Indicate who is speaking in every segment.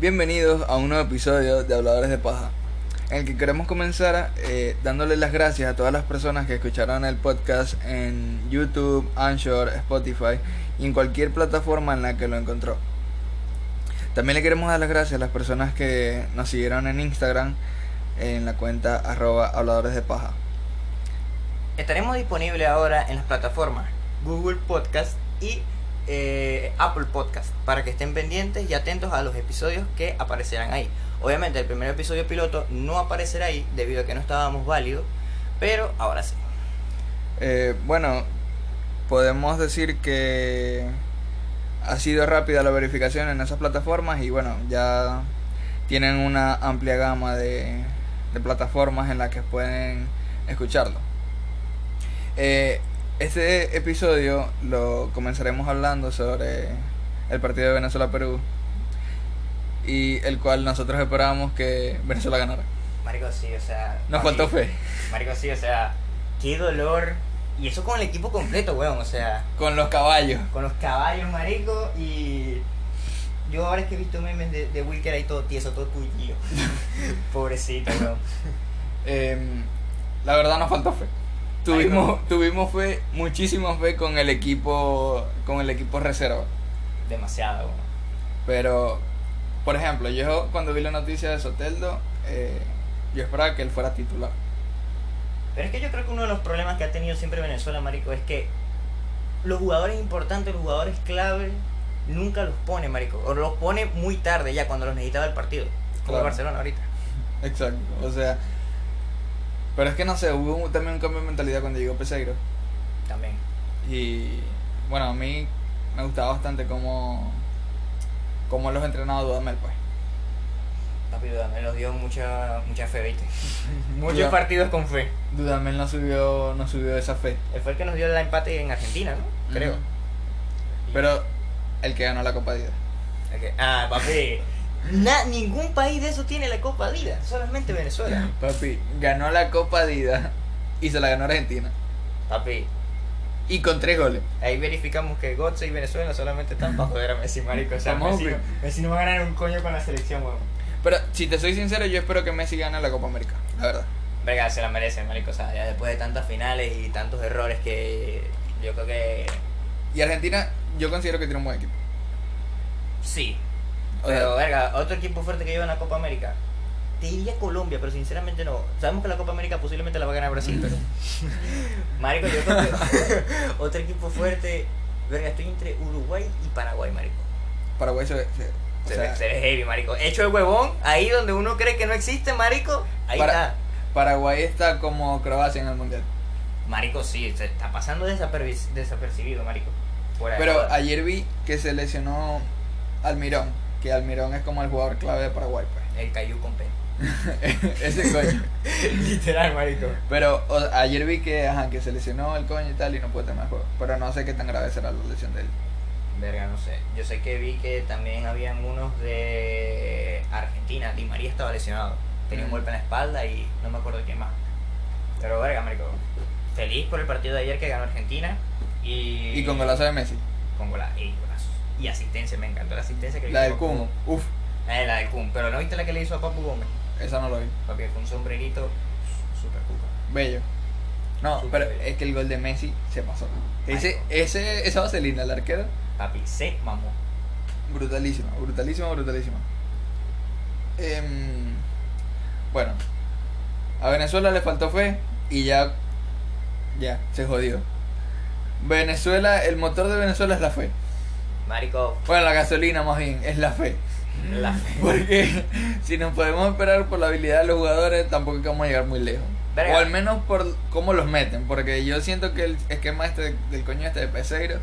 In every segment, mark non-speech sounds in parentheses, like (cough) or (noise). Speaker 1: Bienvenidos a un nuevo episodio de Habladores de Paja, en el que queremos comenzar eh, dándoles las gracias a todas las personas que escucharon el podcast en YouTube, Anchor, Spotify y en cualquier plataforma en la que lo encontró. También le queremos dar las gracias a las personas que nos siguieron en Instagram en la cuenta arroba habladores de paja.
Speaker 2: Estaremos disponibles ahora en las plataformas Google Podcast y eh, Apple Podcast para que estén pendientes y atentos a los episodios que aparecerán ahí. Obviamente el primer episodio piloto no aparecerá ahí debido a que no estábamos válidos, pero ahora sí.
Speaker 1: Eh, bueno, podemos decir que ha sido rápida la verificación en esas plataformas y bueno, ya tienen una amplia gama de, de plataformas en las que pueden escucharlo. Eh, este episodio lo comenzaremos hablando sobre el partido de Venezuela-Perú y el cual nosotros esperábamos que Venezuela ganara.
Speaker 2: Marico, sí, o sea...
Speaker 1: Nos
Speaker 2: papi,
Speaker 1: faltó fe.
Speaker 2: Marico, sí, o sea, qué dolor. Y eso con el equipo completo, weón, o sea...
Speaker 1: Con los caballos.
Speaker 2: con los caballos, marico, y yo ahora es que he visto memes de, de Wilker ahí todo tieso, todo tuyo. (laughs) Pobrecito, weón.
Speaker 1: Em, la verdad nos faltó fe. Tuvimos, tuvimos fe, muchísima fe con el equipo, con el equipo reserva.
Speaker 2: Demasiado, weón.
Speaker 1: Pero, por ejemplo, yo cuando vi la noticia de Soteldo, eh, yo esperaba que él fuera titular.
Speaker 2: Pero es que yo creo que uno de los problemas que ha tenido siempre Venezuela, marico, es que los jugadores importantes, los jugadores clave, nunca los pone, marico. O los pone muy tarde ya, cuando los necesitaba el partido.
Speaker 1: Claro.
Speaker 2: Como el Barcelona ahorita.
Speaker 1: Exacto. O sea, pero es que no sé, hubo un- también un cambio de mentalidad cuando llegó Peseiro.
Speaker 2: También.
Speaker 1: Y bueno, a mí me gustaba bastante cómo, cómo los entrenaba Dudamel, pues.
Speaker 2: Papi, me los dio mucha, mucha fe, ¿viste? Muchos
Speaker 1: Muchos
Speaker 2: partidos con fe.
Speaker 1: Dudamel no subió, no subió esa fe.
Speaker 2: Él fue el que nos dio el empate en Argentina, ¿no? Creo.
Speaker 1: Ujú. Mm. Pero el que ganó la Copa Dios.
Speaker 2: Ok. Ah,
Speaker 1: (laughs)
Speaker 2: papi. Na- ningún país de eso tiene la Copa Adidas, solamente Venezuela.
Speaker 1: Papi, ganó la Copa Adidas y se la ganó Argentina.
Speaker 2: Papi,
Speaker 1: Y con tres goles.
Speaker 2: ahí verificamos que Gotze y Venezuela solamente están para joder a Messi, marico. O sea,
Speaker 1: Estamos
Speaker 2: Messi, no- Messi no va a ganar un coño con la selección, weón.
Speaker 1: Pero si te soy sincero, yo espero que Messi gane la Copa América, la verdad.
Speaker 2: Verga, se la merecen, marico. O sea, ya después de tantas finales y tantos errores que yo creo que
Speaker 1: Y Argentina, yo considero que tiene un buen equipo.
Speaker 2: sí.
Speaker 1: O sea,
Speaker 2: Pero, verga, otro equipo fuerte que lleva en la Copa América. Te diría Colombia, pero sinceramente no. Sabemos que la Copa América posiblemente la va a ganar Brasil, (laughs) pero. Marico, yo creo que otro equipo fuerte. Verga, estoy entre Uruguay y Paraguay, marico.
Speaker 1: Paraguay se ve. se- o
Speaker 2: Se,
Speaker 1: sea,
Speaker 2: ve- se ve heavy, marico. Hecho de huevón, ahí donde uno cree que no existe, marico, ahí
Speaker 1: Para-
Speaker 2: está.
Speaker 1: Paraguay está como Croacia en el mundial.
Speaker 2: Marico, sí, se está pasando desapervi- desapercibido, marico. Fuera de
Speaker 1: Pero
Speaker 2: joda.
Speaker 1: ayer vi que se lesionó Almirón, que Almirón es como el jugador clave de Paraguay, pues.
Speaker 2: El cayú con P.
Speaker 1: (laughs)
Speaker 2: (laughs)
Speaker 1: Ese coño.
Speaker 2: Literal, marico.
Speaker 1: Pero o sea, ayer vi que, ajá, que se lesionó el coño y tal y no puede tener más juego. Pero no sé qué tan grave será la lesión de él.
Speaker 2: Verga, no sé. Yo sé que vi que también habían unos de Argentina. Di María estaba lesionado. Tenía un
Speaker 1: Mm.
Speaker 2: golpe en la espalda y no me acuerdo quién más. Pero verga, marico. Feliz por el partido de ayer que ganó Argentina. Y,
Speaker 1: Y con golazo de Messi.
Speaker 2: Con gola- y golazos. Y asistencia, me encantó la asistencia que le
Speaker 1: La del
Speaker 2: hizo Papu
Speaker 1: Kun.
Speaker 2: Gómez.
Speaker 1: Uf,
Speaker 2: Eh, la del Kun. Pero no viste la que le hizo a Papu Gómez.
Speaker 1: esa no lo vi.
Speaker 2: Papi, con un sombrerito super cuca.
Speaker 1: Bello. No,
Speaker 2: Súper
Speaker 1: pero
Speaker 2: bello.
Speaker 1: es que el gol de Messi se pasó. Ese,
Speaker 2: no.
Speaker 1: ese, esa vaselina, el arquero,
Speaker 2: Papi, se mamó.
Speaker 1: brutalísima, brutalísima, brutalísima. Em, bueno, a Venezuela le faltó fe y ya, ya, se jodió. Venezuela, el motor de Venezuela es la fe.
Speaker 2: Marico,
Speaker 1: Bueno, la gasolina más bien, es la fe.
Speaker 2: (laughs) la
Speaker 1: Mm.
Speaker 2: fe.
Speaker 1: (laughs) Porque si nos podemos esperar por la habilidad de los jugadores, tampoco es que vamos a llegar muy lejos.
Speaker 2: Verga.
Speaker 1: O al menos por cómo los meten. Porque yo siento que el esquema este del coño este de Peseiro,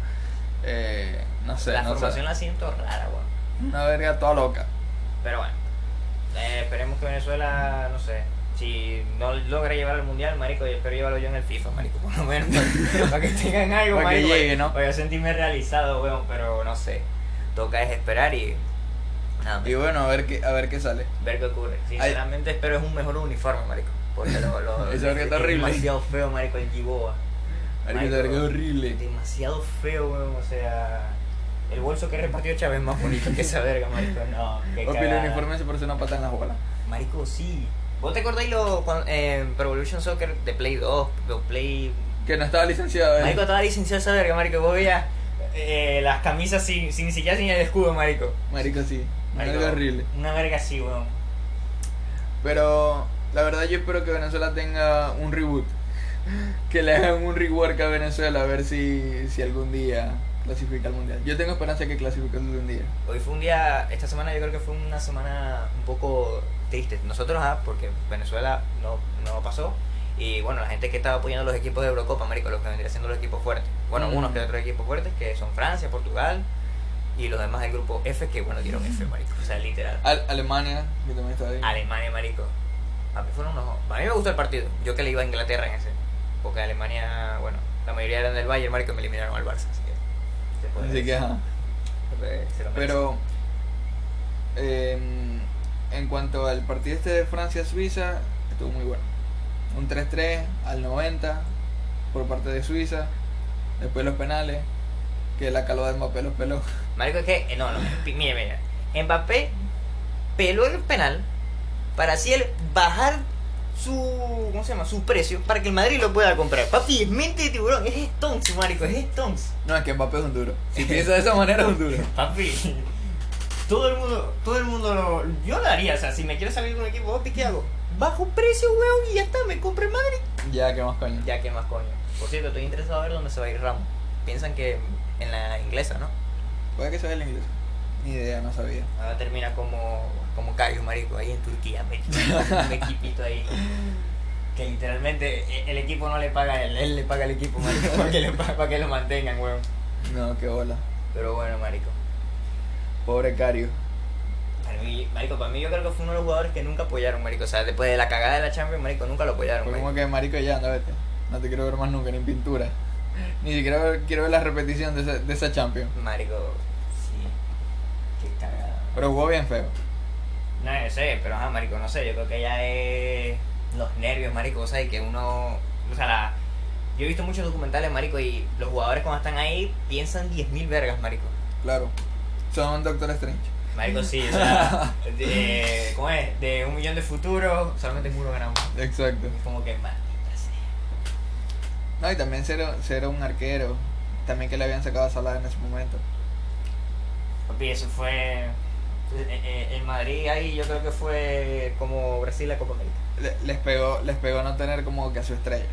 Speaker 1: eh, no sé,
Speaker 2: la
Speaker 1: no sé,
Speaker 2: formación la siento rara, weón.
Speaker 1: una verga toda loca.
Speaker 2: Pero bueno, eh, esperemos que Venezuela, no sé, si no logra llevar al mundial, marico, yo espero llevarlo yo en el FIFA, marico, por lo menos,
Speaker 1: (laughs)
Speaker 2: para, que tengan algo,
Speaker 1: Para que
Speaker 2: marico,
Speaker 1: llegue, ¿no?
Speaker 2: para yo sentirme realizado, weón, pero no sé, toca es esperar y nada,
Speaker 1: Y bueno, a ver qué, a ver qué sale.
Speaker 2: ver qué ocurre. Sinceramente espero es un mejor uniforme, marico, porque lo, lo
Speaker 1: (laughs) Eso es que está
Speaker 2: es
Speaker 1: horrible.
Speaker 2: demasiado feo, marico, el Giboa,
Speaker 1: A ver qué
Speaker 2: Marico.
Speaker 1: verga horrible.
Speaker 2: demasiado feo, weón, o sea, El bolso que repartió Chávez es más bonito que esa verga, marico.
Speaker 1: (laughs)
Speaker 2: No, qué
Speaker 1: Papi, el
Speaker 2: cagada.
Speaker 1: uniforme se parece una pata en las bolas.
Speaker 2: Marico, sí. ¿Vos te acordáis lo cuan- eh, Pro Evolution Soccer de Play 2, de Play
Speaker 1: Que no estaba licenciado. ¿eh?
Speaker 2: Marico, estaba licenciado esa verga, marico. Vos veías eh, las camisas sin, sin ni siquiera sin el escudo, marico.
Speaker 1: Marico, sí.
Speaker 2: Marico,
Speaker 1: Marico, horrible.
Speaker 2: Una verga así, weón.
Speaker 1: Pero la verdad yo espero que Venezuela tenga un reboot. (laughs) Que le hagan un rework a Venezuela a ver si, si algún día clasifica al mundial. Yo tengo esperanza que clasifique algún día.
Speaker 2: Hoy fue un día, esta semana yo creo que fue una semana un poco triste. Nosotros, ah, porque Venezuela no, no pasó. Y bueno, la gente que estaba apoyando los equipos de Eurocopa, marico, los que vendrían siendo los equipos fuertes. Bueno,
Speaker 1: Mm.
Speaker 2: unos que otros equipos fuertes, que son Francia, Portugal y los demás del grupo F, que bueno, dieron
Speaker 1: Mm.
Speaker 2: F, marico. O sea, literal.
Speaker 1: Al- Alemania, que también está ahí.
Speaker 2: Alemania, marico. A mí, fueron unos... a mí me gustó el partido. Yo que le iba a Inglaterra en ese. Porque Alemania, bueno, la mayoría eran del Bayern, marico, y me eliminaron al Barça. Así que, se puede-
Speaker 1: Así que ajá.
Speaker 2: se puede- se lo merece.
Speaker 1: Pero em, en cuanto al partido este de Francia-Suiza, estuvo muy bueno. Un 3-3 al 90 por parte de Suiza. Después los penales, que la calor de Mbappé los peló.
Speaker 2: Marico, es que... eh, No, no, pi- mire, mire. Mbappé peló el penal para así él bajar su... ¿Cómo se llama? Su precio para que el Madrid lo pueda comprar. Papi, es mente de tiburón. Es Stones, marico. Es Stones.
Speaker 1: No, es que Mbappé es un duro. Si piensa de esa manera es un duro.
Speaker 2: Papi, todo el mundo, todo el mundo lo. Yo lo haría, o sea, si me quiero salir de un equipo, papi, ¿qué hago? Bajo precio, weón, y ya está, me compré el Madrid.
Speaker 1: Ya, que más coño.
Speaker 2: (laughs) Ya que más coño. Por cierto, estoy interesado a ver dónde se va a ir Ramos. Piensan que en la inglesa, ¿no?
Speaker 1: Puede que sea el inglés. Ni idea, no sabía.
Speaker 2: Ahora termina como, como Cayo Marico ahí en Turquía, me- un equipito ahí. Que literalmente e- el equipo no le paga a él, él le paga al equipo, marico, (laughs) para que, le pa- para que lo mantengan, weón.
Speaker 1: No, qué bola.
Speaker 2: Pero bueno, marico.
Speaker 1: Pobre Cario.
Speaker 2: Para mí, marico, para mí yo creo que fue uno de los jugadores que nunca apoyaron, marico. O sea, después de la cagada de la Champions, marico, nunca lo apoyaron,
Speaker 1: Fue como
Speaker 2: marico.
Speaker 1: que marico ya, anda vete. No te quiero ver más nunca, ni en pintura. Ni siquiera ver- quiero ver la repetición de esa, de esa Champions.
Speaker 2: Marico, sí. Qué cagada.
Speaker 1: Pero jugó bien feo.
Speaker 2: No, yo sé, pero ajá, marico, no sé. Yo creo que ya es los nervios, marico. O sea, y que uno... O sea, la- yo he visto muchos documentales, marico, y los jugadores cuando están ahí piensan 10.000 vergas, marico.
Speaker 1: Claro. Son Doctor Strange.
Speaker 2: Marico, sí,
Speaker 1: (laughs)
Speaker 2: o sea, de, ¿cómo es? De un millón de futuros, solamente en uno ganamos.
Speaker 1: Exacto.
Speaker 2: Es como que maldita sea.
Speaker 1: No, y también ser, ser un arquero. También que le habían sacado a Salah en ese momento.
Speaker 2: Papi, eso fue. eh, eh, En Madrid ahí yo creo que fue como Brasil la Copa América.
Speaker 1: Le- les pegó les pegó no tener como que a su estrella.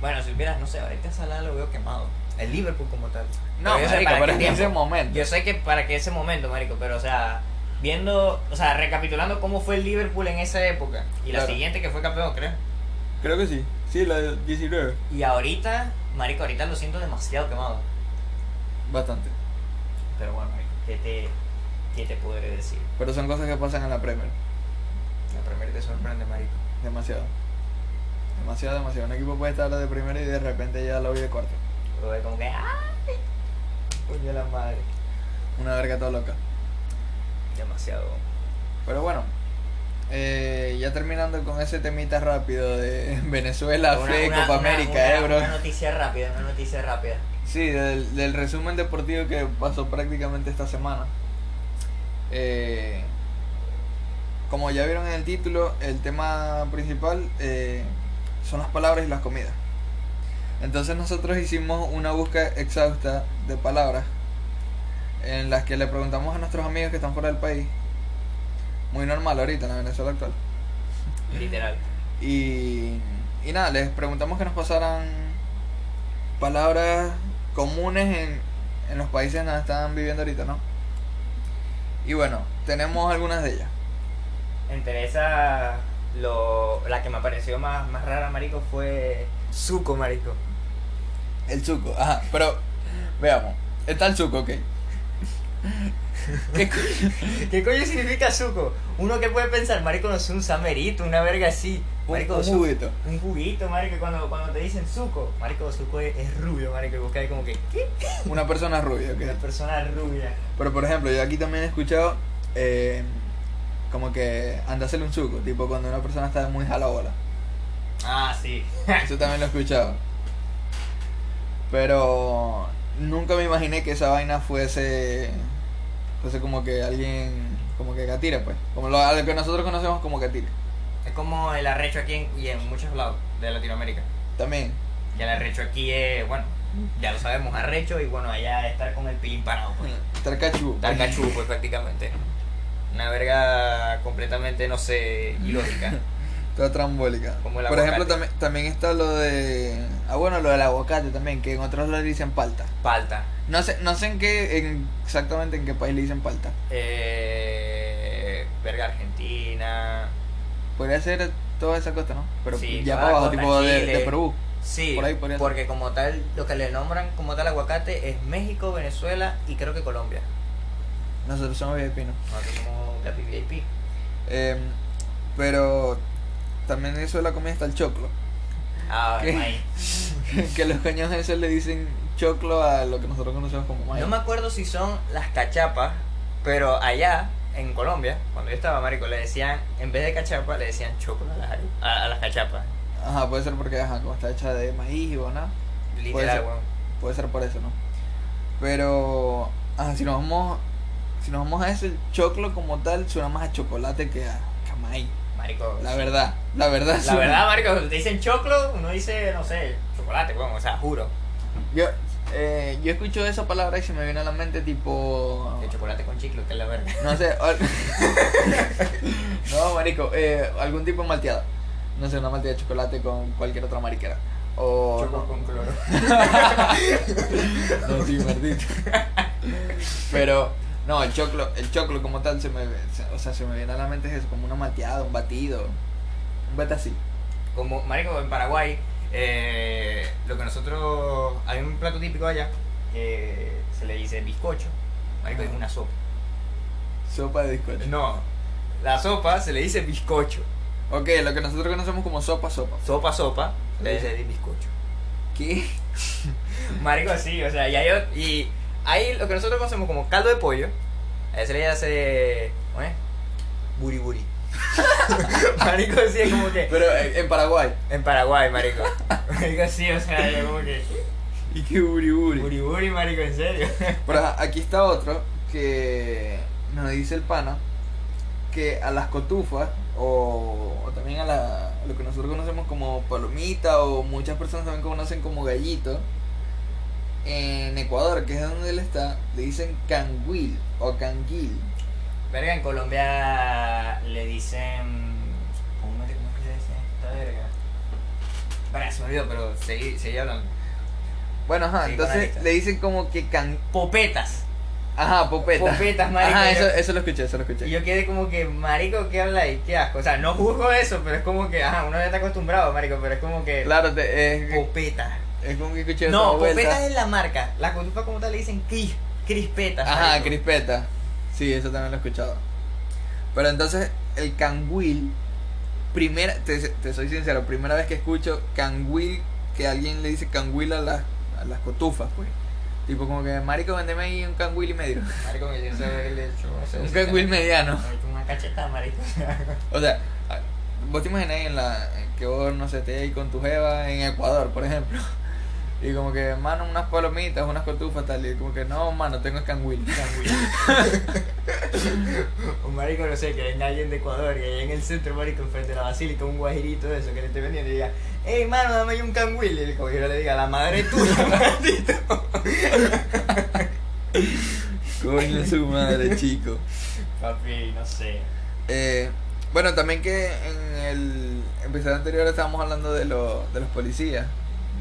Speaker 2: Bueno, si hubieras, no sé, ahorita Salah lo veo quemado. El Liverpool como tal.
Speaker 1: No,
Speaker 2: yo sé
Speaker 1: marico,
Speaker 2: para
Speaker 1: pero
Speaker 2: qué
Speaker 1: en ese
Speaker 2: tiempo.
Speaker 1: momento.
Speaker 2: Yo sé que para que ese momento, marico, pero o sea, viendo, o sea, recapitulando cómo fue el Liverpool en esa época y la
Speaker 1: Claro.
Speaker 2: siguiente que fue campeón, creo.
Speaker 1: Creo que sí. Sí, la del 19.
Speaker 2: Y ahorita, marico, ahorita lo siento demasiado quemado.
Speaker 1: Bastante.
Speaker 2: Pero bueno, marico, ¿qué te, qué te podré decir?
Speaker 1: Pero son cosas que pasan en la Premier.
Speaker 2: La primera te sorprende, marico.
Speaker 1: Demasiado. Demasiado, demasiado. Un equipo puede estar de primero y de repente ya lo vi de cuarto.
Speaker 2: Lo ves como que, ¡ay! Coño la madre.
Speaker 1: Una verga toda loca.
Speaker 2: Demasiado.
Speaker 1: Pero bueno, eh, ya terminando con ese temita rápido de (laughs) Venezuela,
Speaker 2: Una-
Speaker 1: FE,
Speaker 2: una-
Speaker 1: Copa
Speaker 2: una-
Speaker 1: América, eh,
Speaker 2: una-
Speaker 1: Euro.
Speaker 2: Una noticia rápida, una noticia rápida.
Speaker 1: Sí, del, del resumen deportivo que pasó prácticamente esta semana. Eh, como ya vieron en el título, el tema principal eh, son las palabras y las comidas. Entonces nosotros hicimos una búsqueda exhausta de palabras en las que le preguntamos a nuestros amigos que están fuera del país. Muy normal ahorita en la Venezuela actual.
Speaker 2: Literal.
Speaker 1: Y, y nada, les preguntamos que nos pasaran palabras comunes en, en los países en donde están viviendo ahorita, ¿no? Y bueno, tenemos algunas de ellas.
Speaker 2: Entre esas, lo, la que me pareció más, más rara, marico, fue Zuko, marico.
Speaker 1: El suco, ajá, pero veamos. Está el suco, ok.
Speaker 2: ¿Qué, co- qué coño significa Zuko? Uno que puede pensar, marico, no es un samerito, una verga así.
Speaker 1: Un-
Speaker 2: Marico,
Speaker 1: un
Speaker 2: Zuko-
Speaker 1: juguito.
Speaker 2: Un juguito, marico, cuando, cuando te dicen Zuko. Marico, Zuko es, es rubio, marico, y vos caes como que, ¿qué?
Speaker 1: Una persona rubia,
Speaker 2: Una
Speaker 1: ok.
Speaker 2: persona rubia.
Speaker 1: Pero por ejemplo, yo aquí también he escuchado eh, como que andásele un suco, tipo cuando una persona está muy jalabola.
Speaker 2: Ah, sí.
Speaker 1: Eso también lo he escuchado. Pero nunca me imaginé que esa vaina fuese, fuese como que alguien, como que Catira, pues. Como lo, a lo que nosotros conocemos como Catira.
Speaker 2: Es como el arrecho aquí en- y en muchos lados de Latinoamérica.
Speaker 1: También.
Speaker 2: Y el arrecho aquí es, bueno, ya lo sabemos, arrecho y bueno, allá estar con el pilín parado. Pues.
Speaker 1: Tarcachú.
Speaker 2: Dar cachú, pues prácticamente. Una verga completamente, no sé, ilógica.
Speaker 1: (laughs) Toda trambólica.
Speaker 2: Como el
Speaker 1: Por ejemplo,
Speaker 2: aguacate.
Speaker 1: también, también está lo de. Ah, bueno, lo del aguacate también, que en otros le dicen palta.
Speaker 2: Palta.
Speaker 1: No sé, no sé en qué, en- exactamente en qué país le dicen palta.
Speaker 2: Eh, verga Argentina.
Speaker 1: Podría ser toda esa costa, ¿no? Pero
Speaker 2: Sí,
Speaker 1: ya
Speaker 2: toda
Speaker 1: para
Speaker 2: la
Speaker 1: abajo,
Speaker 2: costa,
Speaker 1: tipo de,
Speaker 2: Chile.
Speaker 1: de Perú.
Speaker 2: Sí,
Speaker 1: Por ahí podría ser.
Speaker 2: porque como tal, lo que le nombran como tal aguacate es México, Venezuela y creo que Colombia.
Speaker 1: Nosotros somos viejipinos.
Speaker 2: Nosotros somos la PVIP.
Speaker 1: Eh, pero también eso de la comida está el
Speaker 2: (laughs)
Speaker 1: choclo.
Speaker 2: Ah,
Speaker 1: ¿Qué?
Speaker 2: maíz.
Speaker 1: que los coños esos le dicen choclo a lo que nosotros conocemos como maíz.
Speaker 2: No me acuerdo si son las cachapas, pero allá en Colombia, cuando yo estaba marico, le decían, en vez de cachapa, le decían choclo a las, a- a las cachapas.
Speaker 1: Ajá, puede ser porque ajá, como está hecha de maíz y nada. Puede
Speaker 2: Literal,
Speaker 1: ser.
Speaker 2: weón.
Speaker 1: Puede ser por eso, ¿no? Pero ajá, si nos vamos si nos vamos a eso, el choclo como tal suena más a chocolate que a, que a maíz.
Speaker 2: Marico.
Speaker 1: La verdad, la verdad.
Speaker 2: La
Speaker 1: suena-
Speaker 2: verdad, marico, te dicen choclo, uno dice, no sé, chocolate, weón, o sea, juro.
Speaker 1: Yo, eh, yo escucho esa palabra y se me viene a la mente tipo...
Speaker 2: De chocolate con chicle, que es la verga.
Speaker 1: No sé. al- (laughs) no, marico. eh, algún tipo de malteada. No sé, una malteada de chocolate con cualquier otra mariquera. O.
Speaker 2: con cloro.
Speaker 1: (laughs) No, sí, maldito. Pero. No, el choclo, el choclo como tal se me se- o sea, se me viene a la mente es eso, como una malteada, un batido. Un beta así.
Speaker 2: (laughs) Como, marico, en Paraguay, eh, lo que nosotros, hay un plato típico allá que se le dice bizcocho, marico, es una sopa.
Speaker 1: Sopa de bizcocho.
Speaker 2: No, la sopa se le dice bizcocho.
Speaker 1: Ok, lo que nosotros conocemos como sopa sopa.
Speaker 2: Sopa, sopa, se le dice bizcocho.
Speaker 1: ¿Qué?
Speaker 2: Marico, sí, o sea, ya yo. Y ahí lo que nosotros conocemos como caldo de pollo, a ese le hace. ¿Cómo es? Buri buri. (laughs) marico, sí, es como que.
Speaker 1: Pero eh, en Paraguay.
Speaker 2: En Paraguay, marico. Marico, sí, o sea, yo como que.
Speaker 1: Y qué buri buri.
Speaker 2: Buri buri, marico, en serio.
Speaker 1: Pero ajá, aquí está otro que nos dice el pana que a las cotufas o, o también a, la, a lo que nosotros conocemos como palomita o muchas personas también conocen como gallito en Ecuador, que es donde él está, le dicen canguil o canguil.
Speaker 2: Verga, en Colombia le dicen. ¿Cómo es que cómo es que le dicen esta verga? Verga, se me olvidó, pero seguí, seguí hablando.
Speaker 1: Bueno, ajá,
Speaker 2: Sí,
Speaker 1: entonces
Speaker 2: correcto.
Speaker 1: le dicen como que can...
Speaker 2: Popetas.
Speaker 1: Ajá, popeta.
Speaker 2: Popetas, marico,
Speaker 1: Ajá, eso,
Speaker 2: yo-
Speaker 1: eso lo escuché, eso lo escuché.
Speaker 2: Y yo quedé como que, marico, ¿qué habla ahí? ¿Qué asco? O sea, no juzgo eso, pero es como que, ajá, uno ya está acostumbrado, marico, pero es como que...
Speaker 1: Claro, te- es,
Speaker 2: popeta.
Speaker 1: es como que escuché
Speaker 2: No,
Speaker 1: otra vuelta.
Speaker 2: popeta es la marca. La cotufa como tal le dicen cris, crispetas.
Speaker 1: Ajá,
Speaker 2: marico.
Speaker 1: crispeta. Sí, eso también lo he escuchado. Pero entonces, el canguil, primera, te, te soy sincero, primera vez que escucho canguil, que alguien le dice canguil a las, a las cotufas, pues. Tipo como que, marico, vendeme ahí un canguil y medio. (laughs)
Speaker 2: Marico, me dice que le echo... no sé,
Speaker 1: Un
Speaker 2: si
Speaker 1: canguil
Speaker 2: te-
Speaker 1: mediano.
Speaker 2: Me echo Una cacheta, marico.
Speaker 1: O sea, a- vos te imaginas en la, que vos, no sé, estés ahí con tu jeva en Ecuador, por ejemplo. (laughs) Y como que, mano, unas palomitas, unas cotufas, tal. Y como que, no, mano, tengo canguil.
Speaker 2: Pues, Un marico, no sé, que venga alguien de Ecuador y allá en el centro, marico, enfrente de la basílica, un guajirito de eso que le esté vendiendo y diga, hey, mano, dame ahí un canguil. Y el cojero le diga, la madre es tuya, maldito.
Speaker 1: Coño su madre, chico.
Speaker 2: (laughs) Papi, no sé.
Speaker 1: Eh, bueno, también que en el episodio anterior estábamos hablando de, lo- de los policías,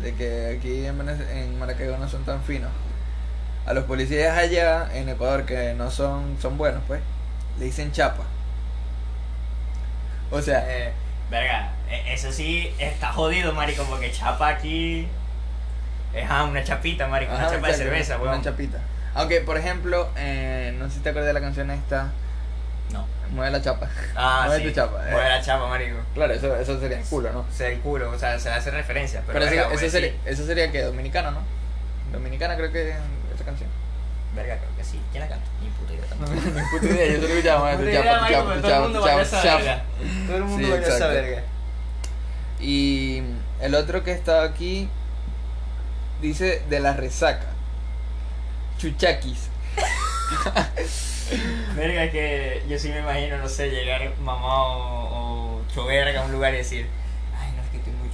Speaker 1: de que aquí en, Venez- en Maracaibo no son tan finos. A los policías allá en Ecuador que no son, son buenos, pues, le dicen chapa. O sea,
Speaker 2: Eh, verga, e- eso sí está jodido, marico, porque chapa aquí es ah, una chapita, marico,
Speaker 1: ajá,
Speaker 2: una chapa de
Speaker 1: exacto,
Speaker 2: cerveza,
Speaker 1: una
Speaker 2: weón.
Speaker 1: chapita. Aunque, por ejemplo, eh, no sé si te acuerdas de la canción esta,
Speaker 2: No.
Speaker 1: Mueve la chapa. (laughs)
Speaker 2: Ah,
Speaker 1: Mueve
Speaker 2: sí.
Speaker 1: tu chapa, eh.
Speaker 2: Mueve la chapa, marico.
Speaker 1: Claro, eso, eso sería culo, ¿no?
Speaker 2: O sea, el culo, o sea, se le hace referencia, pero,
Speaker 1: Pero, eso-
Speaker 2: verga,
Speaker 1: eso,
Speaker 2: güey,
Speaker 1: sería,
Speaker 2: sí.
Speaker 1: eso sería que dominicano, ¿no? Dominicana creo que es esa canción.
Speaker 2: Verga, creo que sí. ¿Quién la canta? Ni puta idea tampoco.
Speaker 1: Ni puta idea, yo solo escuchaba
Speaker 2: Puta
Speaker 1: eso,
Speaker 2: idea,
Speaker 1: chapa,
Speaker 2: marico,
Speaker 1: chapa,
Speaker 2: pero
Speaker 1: chapa,
Speaker 2: todo el mundo baila esa
Speaker 1: chapa.
Speaker 2: verga. Todo el mundo
Speaker 1: Sí,
Speaker 2: baila esa
Speaker 1: exacto.
Speaker 2: verga.
Speaker 1: Y el otro que está aquí dice de la resaca. chuchaquis.
Speaker 2: Verga, es que yo sí me imagino, no sé, llegar mamá o, o choverga a un lugar y decir, ay, no, es que estoy muy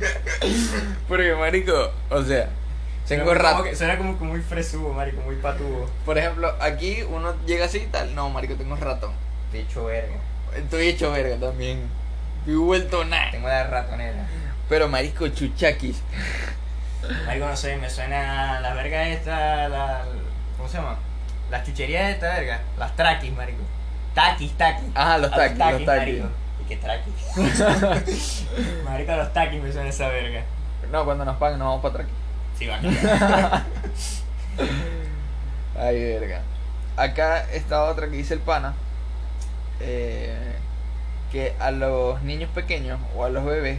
Speaker 2: chuchaqui.
Speaker 1: Porque, marico, o sea, (laughs) tengo
Speaker 2: Suena como
Speaker 1: rato.
Speaker 2: que- Suena como que muy fresudo, marico, muy patudo.
Speaker 1: Por ejemplo, aquí uno llega así y tal. No, marico, tengo ratón.
Speaker 2: De choverga.
Speaker 1: Estoy hecho verga también. Fui vuelto nada.
Speaker 2: Tengo la ratonera.
Speaker 1: Pero, marico, chuchaquis.
Speaker 2: Algo no sé, me suena la verga esta, la. ¿Cómo se llama? Las chucherías de esta verga. Las traquis, marico. Taquis, taquis.
Speaker 1: Ajá, los
Speaker 2: A
Speaker 1: taquis, los taquis.
Speaker 2: marico. ¿Y qué traquis?
Speaker 1: (laughs)
Speaker 2: marico, a los taquis me suena esa verga.
Speaker 1: No, cuando nos pagan nos vamos para atrás.
Speaker 2: Sí, va.
Speaker 1: Ay, verga. Acá está otra que dice el pana. eh, que a los niños pequeños o a los bebés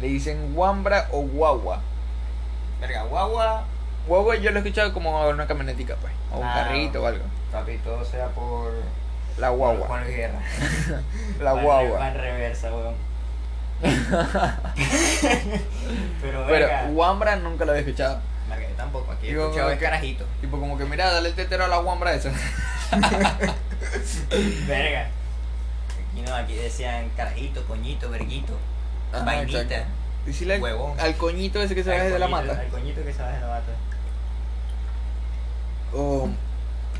Speaker 1: le dicen guambra o guagua.
Speaker 2: verga, guagua.
Speaker 1: Guagua yo lo he escuchado como una camionetica, pues. O un
Speaker 2: Ah.
Speaker 1: carrito o algo.
Speaker 2: Papi, todo sea por.
Speaker 1: La
Speaker 2: por
Speaker 1: guagua.
Speaker 2: Juan Luis Guerra.
Speaker 1: La
Speaker 2: Va en- Va
Speaker 1: guagua.
Speaker 2: en reversa,
Speaker 1: (laughs)
Speaker 2: weón.
Speaker 1: Pero
Speaker 2: Pero, verga.
Speaker 1: guambra nunca lo había escuchado.
Speaker 2: Verga, yo tampoco. Aquí he
Speaker 1: Digo,
Speaker 2: escuchado es
Speaker 1: que-
Speaker 2: carajito.
Speaker 1: Tipo como que mira, dale el tetero a la guambra esa.
Speaker 2: Verga. Aquí no, aquí decían carajito, coñito, verguito,
Speaker 1: (laughs) Ajá,
Speaker 2: vainita.
Speaker 1: exacto. Decirle al,
Speaker 2: Huevón.
Speaker 1: al coñito ese que se
Speaker 2: al
Speaker 1: baje de la
Speaker 2: coñito-
Speaker 1: mata.
Speaker 2: Al coñito que se baje de
Speaker 1: (laughs)
Speaker 2: la mata.
Speaker 1: O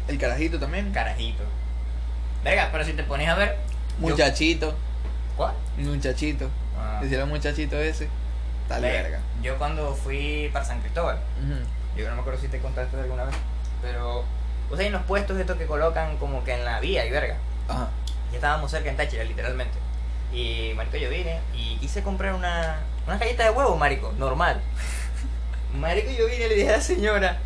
Speaker 1: el carajito también.
Speaker 2: Carajito. Verga, pero si te pones a ver. yo-
Speaker 1: Muchachito.
Speaker 2: ¿Cuál?
Speaker 1: Muchachito.
Speaker 2: Ah,
Speaker 1: Decirle al muchachito ese. Tal
Speaker 2: verga.
Speaker 1: verga.
Speaker 2: Yo cuando fui para San Cristóbal,
Speaker 1: Ujú.
Speaker 2: yo no me acuerdo si te contaste alguna vez, pero. O sea, en los puestos estos que colocan como que en la vía y verga.
Speaker 1: Ajá.
Speaker 2: Ya estábamos cerca en Táchira, literalmente. Y, marico, yo vine y quise comprar una, una galleta de huevo, marico, normal. Marico, yo vine y le dije a la señora,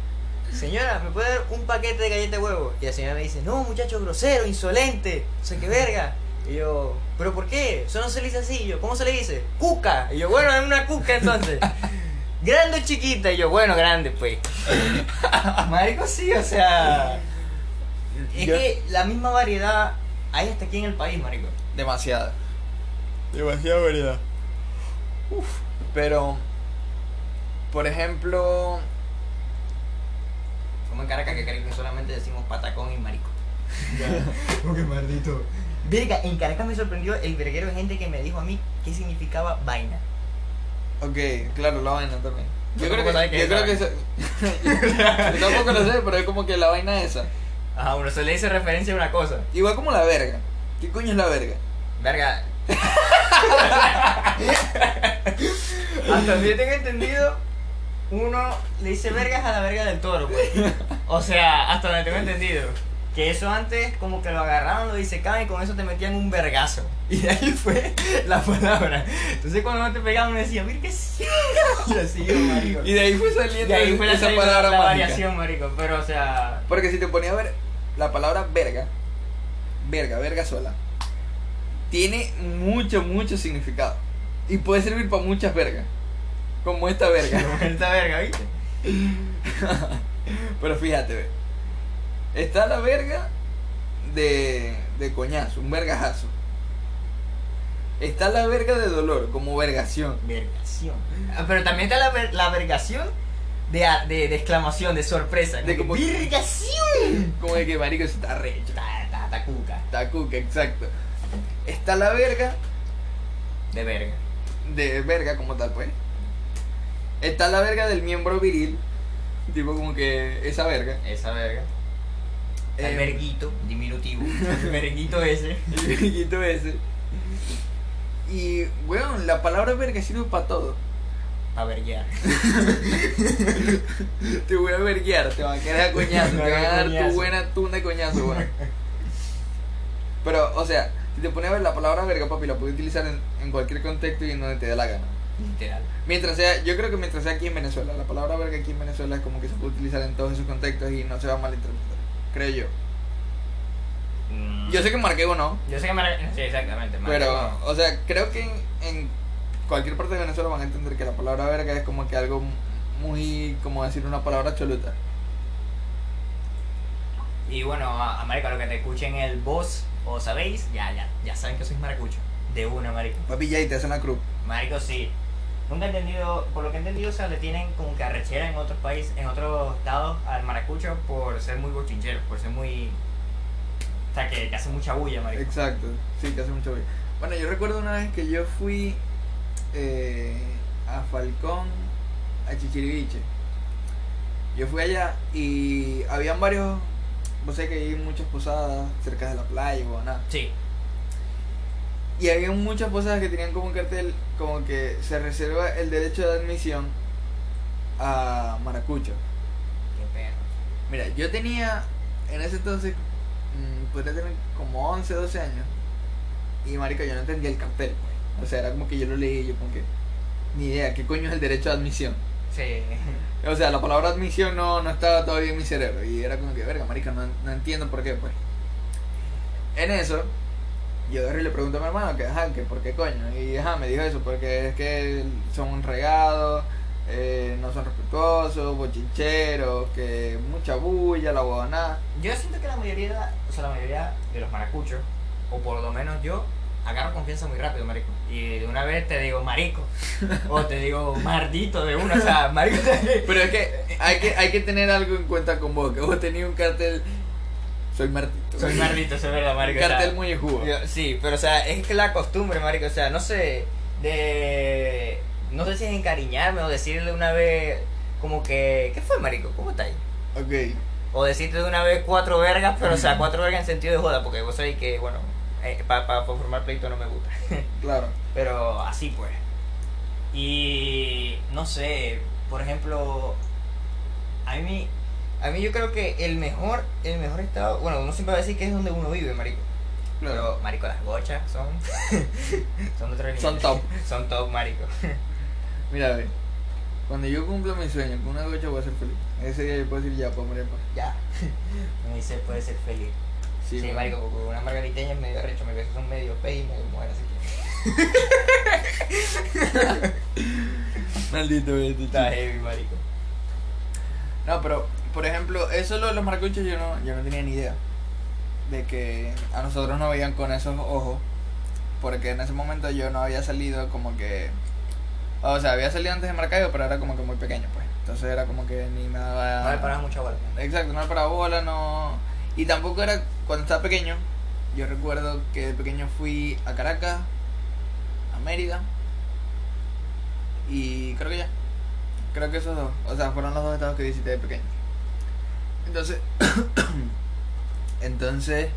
Speaker 2: señora, ¿me puede dar un paquete de galleta de huevo? Y la señora me dice, no, muchacho, grosero, insolente, no sé qué verga. Y yo, ¿pero por qué? Eso no se le dice así. Y yo, ¿cómo se le dice? Cuca. Y yo, bueno, es una cuca entonces. grande o chiquita. Y yo, bueno, grande, pues. marico, sí, o sea... Es
Speaker 1: Yo-
Speaker 2: que la misma variedad hay hasta aquí en el país, marico.
Speaker 1: Demasiada. Demasiada variedad. Pero, por ejemplo,
Speaker 2: Como en Caracas, que Caracas solamente decimos patacón y marico. (laughs)
Speaker 3: Porque maldito.
Speaker 2: Verga, en Caracas me sorprendió el verguero de gente que me dijo a mí qué significaba vaina.
Speaker 1: ok, claro, la vaina también. Yo
Speaker 2: Yo
Speaker 1: creo
Speaker 2: tampoco
Speaker 1: que,
Speaker 2: sabes qué
Speaker 1: yo
Speaker 2: es
Speaker 1: creo
Speaker 2: la
Speaker 1: que esa- (laughs) yo tampoco lo sé, pero es como que la vaina esa.
Speaker 2: Ajá, uno se le dice referencia a una cosa.
Speaker 1: Igual como la verga. ¿Qué coño es la verga?
Speaker 2: Verga. (laughs) hasta donde yo tengo entendido, uno le dice vergas a la verga del toro, pues. O sea, hasta donde tengo entendido. Que eso antes como que lo agarraron, lo disecaban y con eso te metían un vergazo. Y de ahí fue la palabra. Entonces cuando no te pegaban uno decía, mira que sí. (laughs) Y así yo, marico.
Speaker 1: Y de ahí fue saliendo
Speaker 2: Y ahí fue la,
Speaker 1: esa
Speaker 2: salida,
Speaker 1: palabra
Speaker 2: la
Speaker 1: mágica.
Speaker 2: variación, marico. Pero o sea,
Speaker 1: Porque si te ponía a ver la palabra verga, verga, verga sola, tiene mucho, mucho significado. Y puede servir para muchas vergas. Como esta verga.
Speaker 2: como esta verga, ¿viste?
Speaker 1: (laughs) Pero fíjate, ve. Está la verga de, de coñazo, un vergajazo. Está la verga de dolor, como vergación.
Speaker 2: Vergación. Ah, Pero también está la, ver- la vergación de, a- de, de exclamación, de sorpresa.
Speaker 1: De como-
Speaker 2: ¡Vergación! Eh,
Speaker 1: Como de que marico se está recho.
Speaker 2: Ta, ta, ta, cuca.
Speaker 1: Está cuca, exacto. Está la verga
Speaker 2: De verga.
Speaker 1: de verga como tal, pues. Está la verga del miembro viril. Tipo como que esa verga.
Speaker 2: Esa verga. El
Speaker 1: Eh,
Speaker 2: verguito, diminutivo. El verguito ese.
Speaker 1: (laughs) el verguito ese. Y, weón, la palabra verga sirve para todo.
Speaker 2: A verguear.
Speaker 1: Te voy a verguiar, te van a quedar a coñazo, te van
Speaker 2: Me van a
Speaker 1: a dar tu
Speaker 2: coñazo.
Speaker 1: buena tunda de coñazo, weón. Pero, o sea, si te pones a ver la palabra verga, papi, la puedes utilizar en, en cualquier contexto y en donde te dé la gana.
Speaker 2: Literal.
Speaker 1: Mientras sea, yo creo que mientras sea aquí en Venezuela, la palabra verga aquí en Venezuela es como que se puede utilizar en todos esos contextos y no se va a malinterpretar. Creo yo.
Speaker 2: Mm.
Speaker 1: Yo sé que Marquego no,
Speaker 2: Yo sé que me... Sí, exactamente. marico.
Speaker 1: pero, o sea, creo que en, en cualquier parte de Venezuela van a entender que la palabra verga es como que algo muy, como decir una palabra choluta.
Speaker 2: Y bueno, a, a marico, lo que te escuchen el voz o sabéis, ya, ya, ya saben que sois maracucho. De una, marico.
Speaker 1: Papi, ya y te hacen la cruz.
Speaker 2: Marico, sí. Nunca he entendido, por lo que he entendido, o sea, le tienen como que arrechera en otros países, en otros estados al maracucho por ser muy bochinchero, por ser muy. O sea, que, que hace mucha bulla, marico.
Speaker 1: Exacto, sí, que hace mucho bien. Bueno, yo recuerdo una vez que yo fui eh, a Falcón, a Chichiriviche. Yo fui allá y habían varios, vos sé que hay muchas posadas cerca de la playa y nada.
Speaker 2: Sí,
Speaker 1: Y había muchas posadas que tenían como un cartel como que se reserva el derecho de admisión a Maracucho.
Speaker 2: qué perro.
Speaker 1: Mira, yo tenía en ese entonces, mm, podría tener como 11, 12 años. Y marico, yo no entendía el cartel, pues. O sea, era como que yo lo leí y yo como que, ni idea, ¿qué coño es el derecho de admisión?
Speaker 2: Sí. (laughs)
Speaker 1: O sea, la palabra admisión no, no estaba todavía en mi cerebro. Y era como que, verga, marica, no, no entiendo por qué, pues. En eso, yo agarré y le pregunto a mi hermano que, ajá, que por qué coño. Y ajá, me dijo eso, porque es que son un regado, eh, no son respetuosos, bochincheros, que mucha bulla, la huevonada.
Speaker 2: Yo siento que la mayoría, o sea, la mayoría de los maracuchos, o por lo menos yo, agarro confianza muy rápido, marico. Y de una vez te digo marico,
Speaker 1: (laughs)
Speaker 2: o te digo mardito de uno, o sea, marico.
Speaker 1: Pero es que hay que, hay que tener algo en cuenta con vos, que vos tenías un cartel, soy Martito.
Speaker 2: Soy mardito, soy verdad,
Speaker 1: Un
Speaker 2: marico. o sea,
Speaker 1: cartel muy jugo.
Speaker 2: yo- sí, pero o sea, es que la costumbre, marico, o sea, no sé, de, no sé si es encariñarme o decirle una vez, como que, ¿qué fue, marico? ¿Cómo estás?
Speaker 1: Ok.
Speaker 2: O decirte de una vez cuatro vergas, pero o sea, cuatro vergas en sentido de joda, porque vos sabés que, bueno, eh, para formar pleito no me gusta.
Speaker 1: Claro.
Speaker 2: Pero así pues. Y no sé, por ejemplo, a mí, a mí yo creo que el mejor, el mejor estado, bueno, uno siempre va a decir que es donde uno vive, marico. Pero, marico, las gochas son, (laughs) son de otro nivel.
Speaker 1: Son top.
Speaker 2: (laughs) Son top, marico.
Speaker 1: Mira, ve. Cuando yo cumpla mi sueño con una gocha voy a ser feliz. Ese día yo puedo decir ya, puedo morir pues". en paz.
Speaker 2: Ya. (laughs) Me dice, puede ser feliz. Sí,
Speaker 1: bueno.
Speaker 2: marico, porque una margariteña es medio arrecho, me beso son medio pey y medio mujer, así que
Speaker 1: Maldito, ve, tú
Speaker 2: (laughs) está
Speaker 1: chico.
Speaker 2: heavy, marico.
Speaker 1: No, pero, por ejemplo, eso lo de los maracuchos yo no, yo no tenía ni idea. De que a nosotros nos veían con esos ojos. Porque en ese momento yo no había salido como que... O sea, había salido antes de Maracaibo, pero era como que muy pequeño, pues. Entonces era como que ni me daba...
Speaker 2: No le paras mucha bola.
Speaker 1: Exacto, no era para bola, no. Y tampoco era cuando estaba pequeño. Yo recuerdo que de pequeño fui a Caracas, a Mérida. Y creo que ya. Creo que esos dos. O sea, fueron los dos estados que visité de pequeño. Entonces. (coughs) entonces.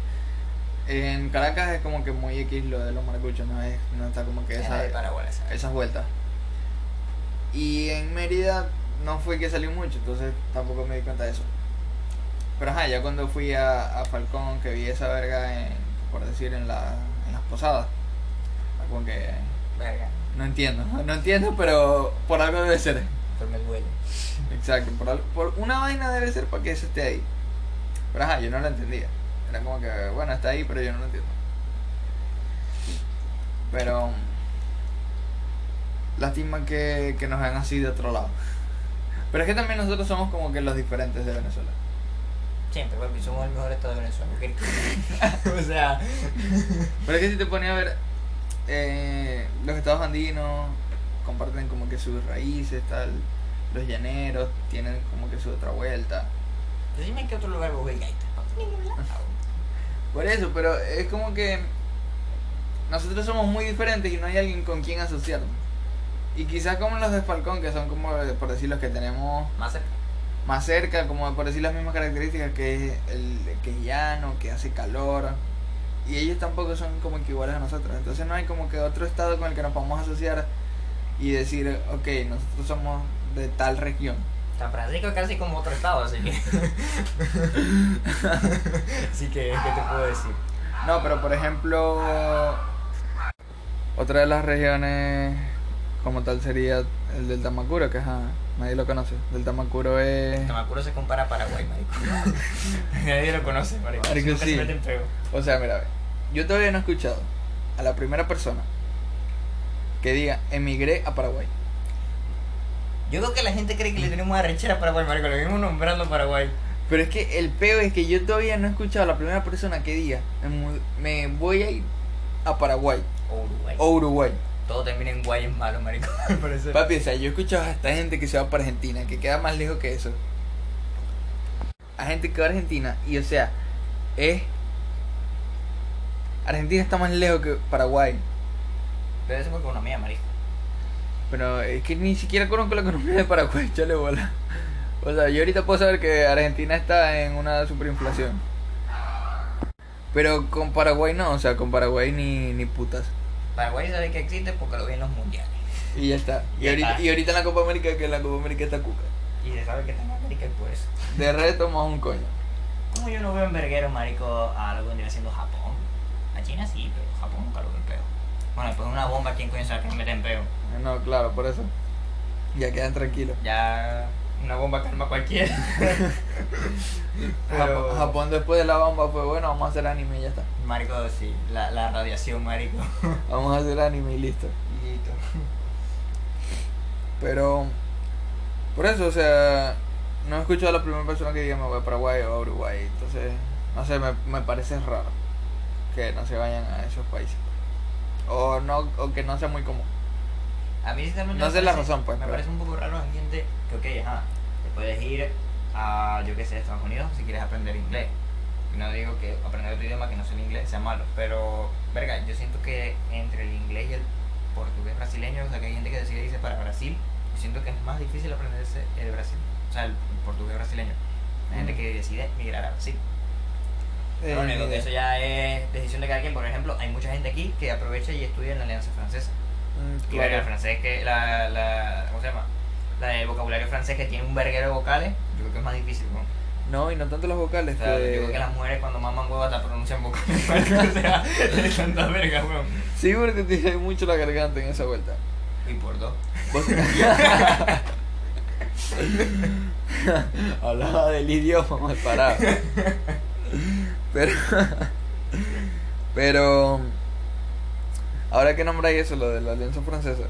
Speaker 1: En Caracas es como que muy X lo de los maracuchos, no es, no está como que
Speaker 2: Esa
Speaker 1: esa,
Speaker 2: de parabola, esa.
Speaker 1: esas vueltas. Y en Mérida no fue que salió mucho, entonces tampoco me di cuenta de eso. Pero ajá, ya cuando fui a, a Falcón, que vi esa verga, en, por decir, en, la, en las posadas, como que
Speaker 2: Verga,
Speaker 1: no entiendo, no entiendo, pero por algo debe ser.
Speaker 2: por el duele.
Speaker 1: Exacto, por, al- por una vaina debe ser para que eso esté ahí. Pero ajá, yo no lo entendía. Era como que, bueno, está ahí, pero yo no lo entiendo. Pero. Lástima que, que nos ven así de otro lado. Pero es que también nosotros somos como que los diferentes de Venezuela.
Speaker 2: Siempre, papi, somos el mejor estado de Venezuela. (laughs) ¿ok? o sea,
Speaker 1: Pero es que si te pones a ver, eh, los estados andinos comparten como que sus raíces, tal. Los llaneros tienen como que su otra vuelta.
Speaker 2: dime en qué otro lugar vos ves gaita. No, en ningún lado.
Speaker 1: Por eso, pero es como que nosotros somos muy diferentes y no hay alguien con quien asociarnos. Y quizás como los de Falcón, que son como, eh, por decir, los que tenemos
Speaker 2: Más cerca.
Speaker 1: más cerca, como por decir las mismas características, que es, el, que es llano, que hace calor. Y ellos tampoco son como que iguales a nosotros. Entonces no hay como que otro estado con el que nos podamos asociar y decir, ok, nosotros somos de tal región.
Speaker 2: San Francisco es casi como otro estado, así (laughs) que. así que, ¿qué te puedo decir?
Speaker 1: No, pero por ejemplo, otra de las regiones como tal sería el del Tamacuro, que ajá, nadie lo conoce. Del Tamacuro es...
Speaker 2: Tamacuro se compara a Paraguay, (laughs) marico. Nadie lo conoce, marico.
Speaker 1: Marico,
Speaker 2: Nunca
Speaker 1: sí.
Speaker 2: se mete en peo.
Speaker 1: O sea, mira, ve, yo todavía no he escuchado a la primera persona que diga, emigré a Paraguay.
Speaker 2: Yo creo que la gente cree que le tenemos arrechera a Paraguay, marico. Lo venimos nombrando Paraguay.
Speaker 1: Pero es que el peo es que yo todavía no he escuchado a la primera "Em, persona que diga, me, mu- me voy a ir a Paraguay
Speaker 2: O Uruguay.
Speaker 1: o Uruguay.
Speaker 2: Todo termina en guayes malos, marico. (laughs) Me parece.
Speaker 1: Papi, o sea, yo he escuchado a esta gente que se va para Argentina, que queda más lejos que eso. A gente que va a Argentina y, o sea, es. Argentina está más lejos que Paraguay.
Speaker 2: Pero eso es por economía, marico.
Speaker 1: Pero es que ni siquiera conozco la economía de Paraguay, (laughs) chale bola. O sea, yo ahorita puedo saber que Argentina está en una superinflación. Pero con Paraguay no, o sea, con Paraguay ni, ni putas.
Speaker 2: Paraguay sabe que existe porque lo vi en los mundiales.
Speaker 1: Y ya está. Y,
Speaker 2: Ya
Speaker 1: ahorita,
Speaker 2: está.
Speaker 1: y ahorita en la Copa América, que en la Copa América está Cuca.
Speaker 2: Y se sabe que está en América y por eso.
Speaker 1: De resto, más un coño.
Speaker 2: Como yo no veo en verguero, marico, a lo que vendría siendo Japón. A China sí, pero Japón nunca lo veo en peo. Bueno, después de una bomba, ¿quién coño sabe que me mete en peo?
Speaker 1: No, claro, por eso. Ya quedan tranquilos.
Speaker 2: Ya una bomba calma a
Speaker 1: (laughs)
Speaker 2: cualquiera.
Speaker 1: Japo-
Speaker 2: Pero-
Speaker 1: Japón, después de la bomba fue bueno, vamos a hacer anime y ya está.
Speaker 2: Marico, sí, la, la radiación, marico.
Speaker 1: Vamos a hacer anime y listo.
Speaker 2: Listo.
Speaker 1: Pero por eso, o sea, no he escuchado a la primera persona que diga me voy a Paraguay o a Uruguay. Entonces, no sé, me, me parece raro que no se vayan a esos países. O no o que no sea muy común.
Speaker 2: A mí sinceramente
Speaker 1: No
Speaker 2: me
Speaker 1: sé la
Speaker 2: parece-
Speaker 1: razón, pues,
Speaker 2: Me
Speaker 1: pero-
Speaker 2: parece un poco raro la gente que, ok, ajá, te puedes ir a, yo qué sé, Estados Unidos si quieres aprender inglés. Y No digo que aprender otro idioma que no sea el inglés sea malo, pero, verga, yo siento que entre el inglés y el portugués brasileño, o sea, que hay gente que decide irse para Brasil, yo siento que es más difícil aprenderse el Brasil, o sea, el portugués brasileño. Hay
Speaker 1: Mm.
Speaker 2: gente que decide migrar a Brasil.
Speaker 1: Eh,
Speaker 2: Lo único que eso ya es decisión de cada quien. Por ejemplo, hay mucha gente aquí que aprovecha y estudia en la Alianza Francesa.
Speaker 1: Mm,
Speaker 2: Y verga, el
Speaker 1: claro.
Speaker 2: francés que la, la ¿cómo se llama? La del vocabulario francés que tiene un verguero de vocales, yo creo que es más difícil, ¿no? O
Speaker 1: No, y no tanto los vocales.
Speaker 2: sea,
Speaker 1: que-
Speaker 2: yo creo que las mujeres cuando maman huevas hasta pronuncian vocales, (laughs) o sea, de tanta verga, weón.
Speaker 1: (laughs) Sí, porque te hay mucho la garganta en esa vuelta.
Speaker 2: Y por dos.
Speaker 1: Vos- Hablaba del idioma mal parado. Pero. Pero. Ahora que nombráis eso, lo de la alianza francesa.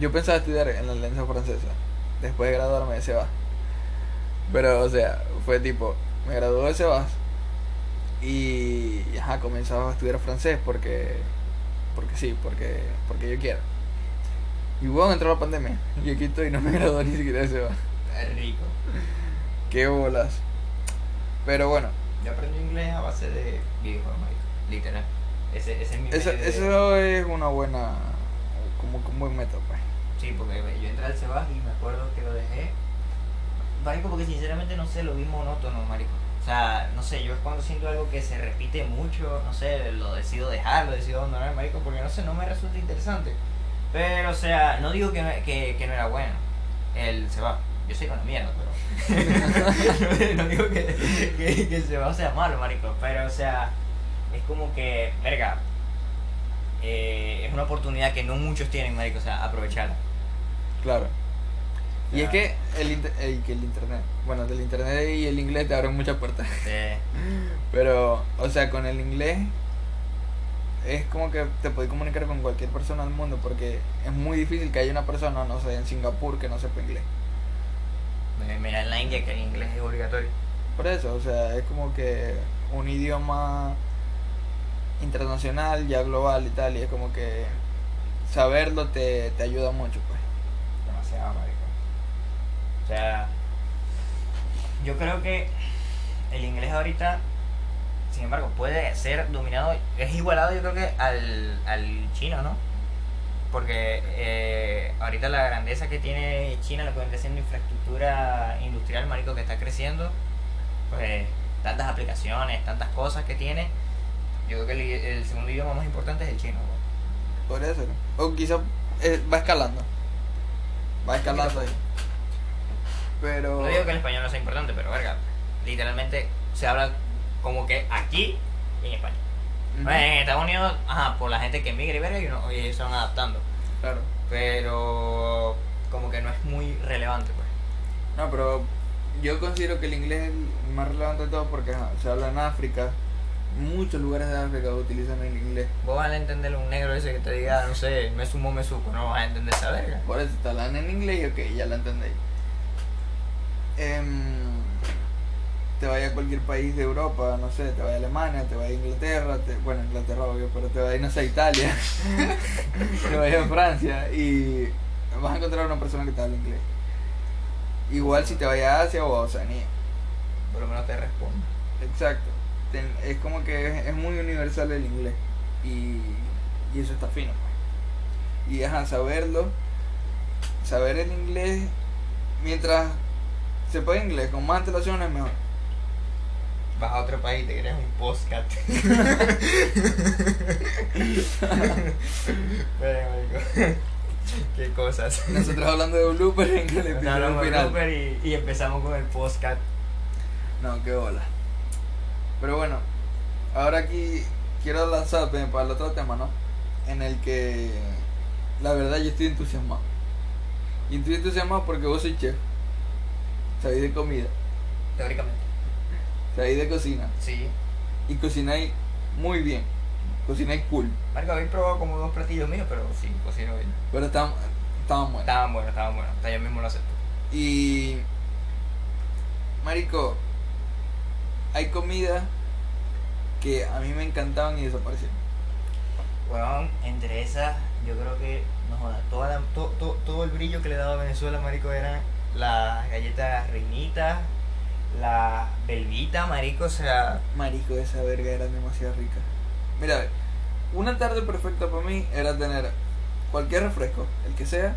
Speaker 1: Yo pensaba estudiar en la alianza francesa. Después de graduarme de Sebas. Pero, o sea, fue tipo. Me graduó de Sebas. Y. Ajá, comenzaba a estudiar francés porque. Porque sí, porque, porque yo quiero. Y bueno, entró la pandemia. Y aquí estoy, no me graduó ni siquiera de Sebas.
Speaker 2: Rico.
Speaker 1: Qué bolas. Pero bueno,
Speaker 2: Yo aprendí inglés a base de videojuegos, marico. Literal. Ese, ese es mi
Speaker 1: eso,
Speaker 2: medio de-
Speaker 1: eso es una buena. Como que un buen método, pues.
Speaker 2: Sí, porque yo entré al Sebas y me acuerdo que lo dejé. Marico, porque sinceramente no sé, lo vi monótono, marico. O sea, no sé, yo es cuando siento algo que se repite mucho, no sé, lo decido dejar, lo decido abandonar, marico, porque no sé, no me resulta interesante. Pero, o sea, no digo que, no- que, que no era bueno el Sebas. Yo soy con la mierda, pero... (laughs) no digo que, que, que el Sebas sea malo, marico, pero, o sea, es como que, verga, eh, es una oportunidad que no muchos tienen, marico, o sea, aprovecharla.
Speaker 1: Claro. Y es
Speaker 2: Ya.
Speaker 1: que el, inter- el, que el internet. Bueno, del internet y el inglés te abren muchas puertas. (laughs)
Speaker 2: Eh,
Speaker 1: Pero, o sea, con el inglés. Es como que te puedes comunicar con cualquier persona del mundo. Porque es muy difícil que haya una persona, no sé, en Singapur que no sepa inglés.
Speaker 2: eh, mira en la India que el inglés es obligatorio.
Speaker 1: Por eso, o sea, es como que un idioma internacional, ya global y tal, y es como que saberlo te, te ayuda mucho, pues.
Speaker 2: Demasiado, marico. O sea, yo creo que el inglés ahorita, sin embargo, puede ser dominado, es igualado yo creo que al, al chino, ¿no? Porque eh, ahorita la grandeza que tiene China, lo que vendría siendo infraestructura industrial, marico, que está creciendo, pues tantas aplicaciones, tantas cosas que tiene, yo creo que el, el segundo idioma más importante es el chino, ¿no?
Speaker 1: Por eso, ¿no? O quizás va escalando. Va escalando ahí. Pero...
Speaker 2: No digo que el español no sea importante, pero verga, literalmente se habla como que aquí y en España.
Speaker 1: Ujú,
Speaker 2: En Estados Unidos, ajá, por la gente que emigra y verga, y, uno- y ellos se van adaptando.
Speaker 1: Claro.
Speaker 2: Pero como que no es muy relevante, pues.
Speaker 1: No, pero yo considero que el inglés es el más relevante de todo porque ajá, se habla en África. Muchos lugares de África utilizan el inglés.
Speaker 2: Vos vas a entender un negro ese que te diga, no sé, me sumo, me supo, no vas a entender esa verga.
Speaker 1: Por eso te hablan en inglés y ok, ya la entendéis. Em, te vaya a cualquier país de Europa, no sé, te vaya a Alemania, te vaya a Inglaterra, te, bueno, Inglaterra obvio, pero te vaya, no sé, a Italia, te vaya a Francia y vas a encontrar una persona que te hable inglés. Igual si te vaya a Asia o a Oceanía.
Speaker 2: Por lo menos te respondo.
Speaker 1: Exacto. Ten- es como que es, es muy universal el inglés. Y, y eso está fino. pues. Y ajá, saberlo. Saber el inglés mientras se puede inglés, con más antelación es mejor.
Speaker 2: Vas a otro país y te creas un
Speaker 1: (laughs)
Speaker 2: postcat. (laughs) Pero, marico, (laughs) Qué cosas.
Speaker 1: Nosotros hablando de bloopers en el episodio
Speaker 2: Hablamos de
Speaker 1: final.
Speaker 2: Uber y, y empezamos con el postcat.
Speaker 1: No, qué bola. Pero bueno, ahora aquí quiero lanzarme para el otro tema, ¿no? En el que la verdad yo estoy entusiasmado. Y estoy entusiasmado porque vos sois chef. Sabéis de comida,
Speaker 2: Teóricamente.
Speaker 1: sabéis de cocina.
Speaker 2: Sí.
Speaker 1: Y cocináis muy bien. Cocináis cool.
Speaker 2: Marco, habéis probado como dos platillos míos, pero sí, cocino bien.
Speaker 1: Pero estaban, estaban buenos.
Speaker 2: Estaban buenos, estaban buenos. Hasta yo mismo lo acepto.
Speaker 1: Y. Marico, hay comida que a mí me encantaban y desaparecieron.
Speaker 2: Weón, entre esas, yo creo que, no joda, toda la- to- to- todo el brillo que le daba Venezuela, marico, eran las galletas reinitas, la belvita, marico, o sea,
Speaker 1: Marico, esa verga era demasiado rica. Mira, a ver, una tarde perfecta para mí era tener cualquier refresco, el que sea,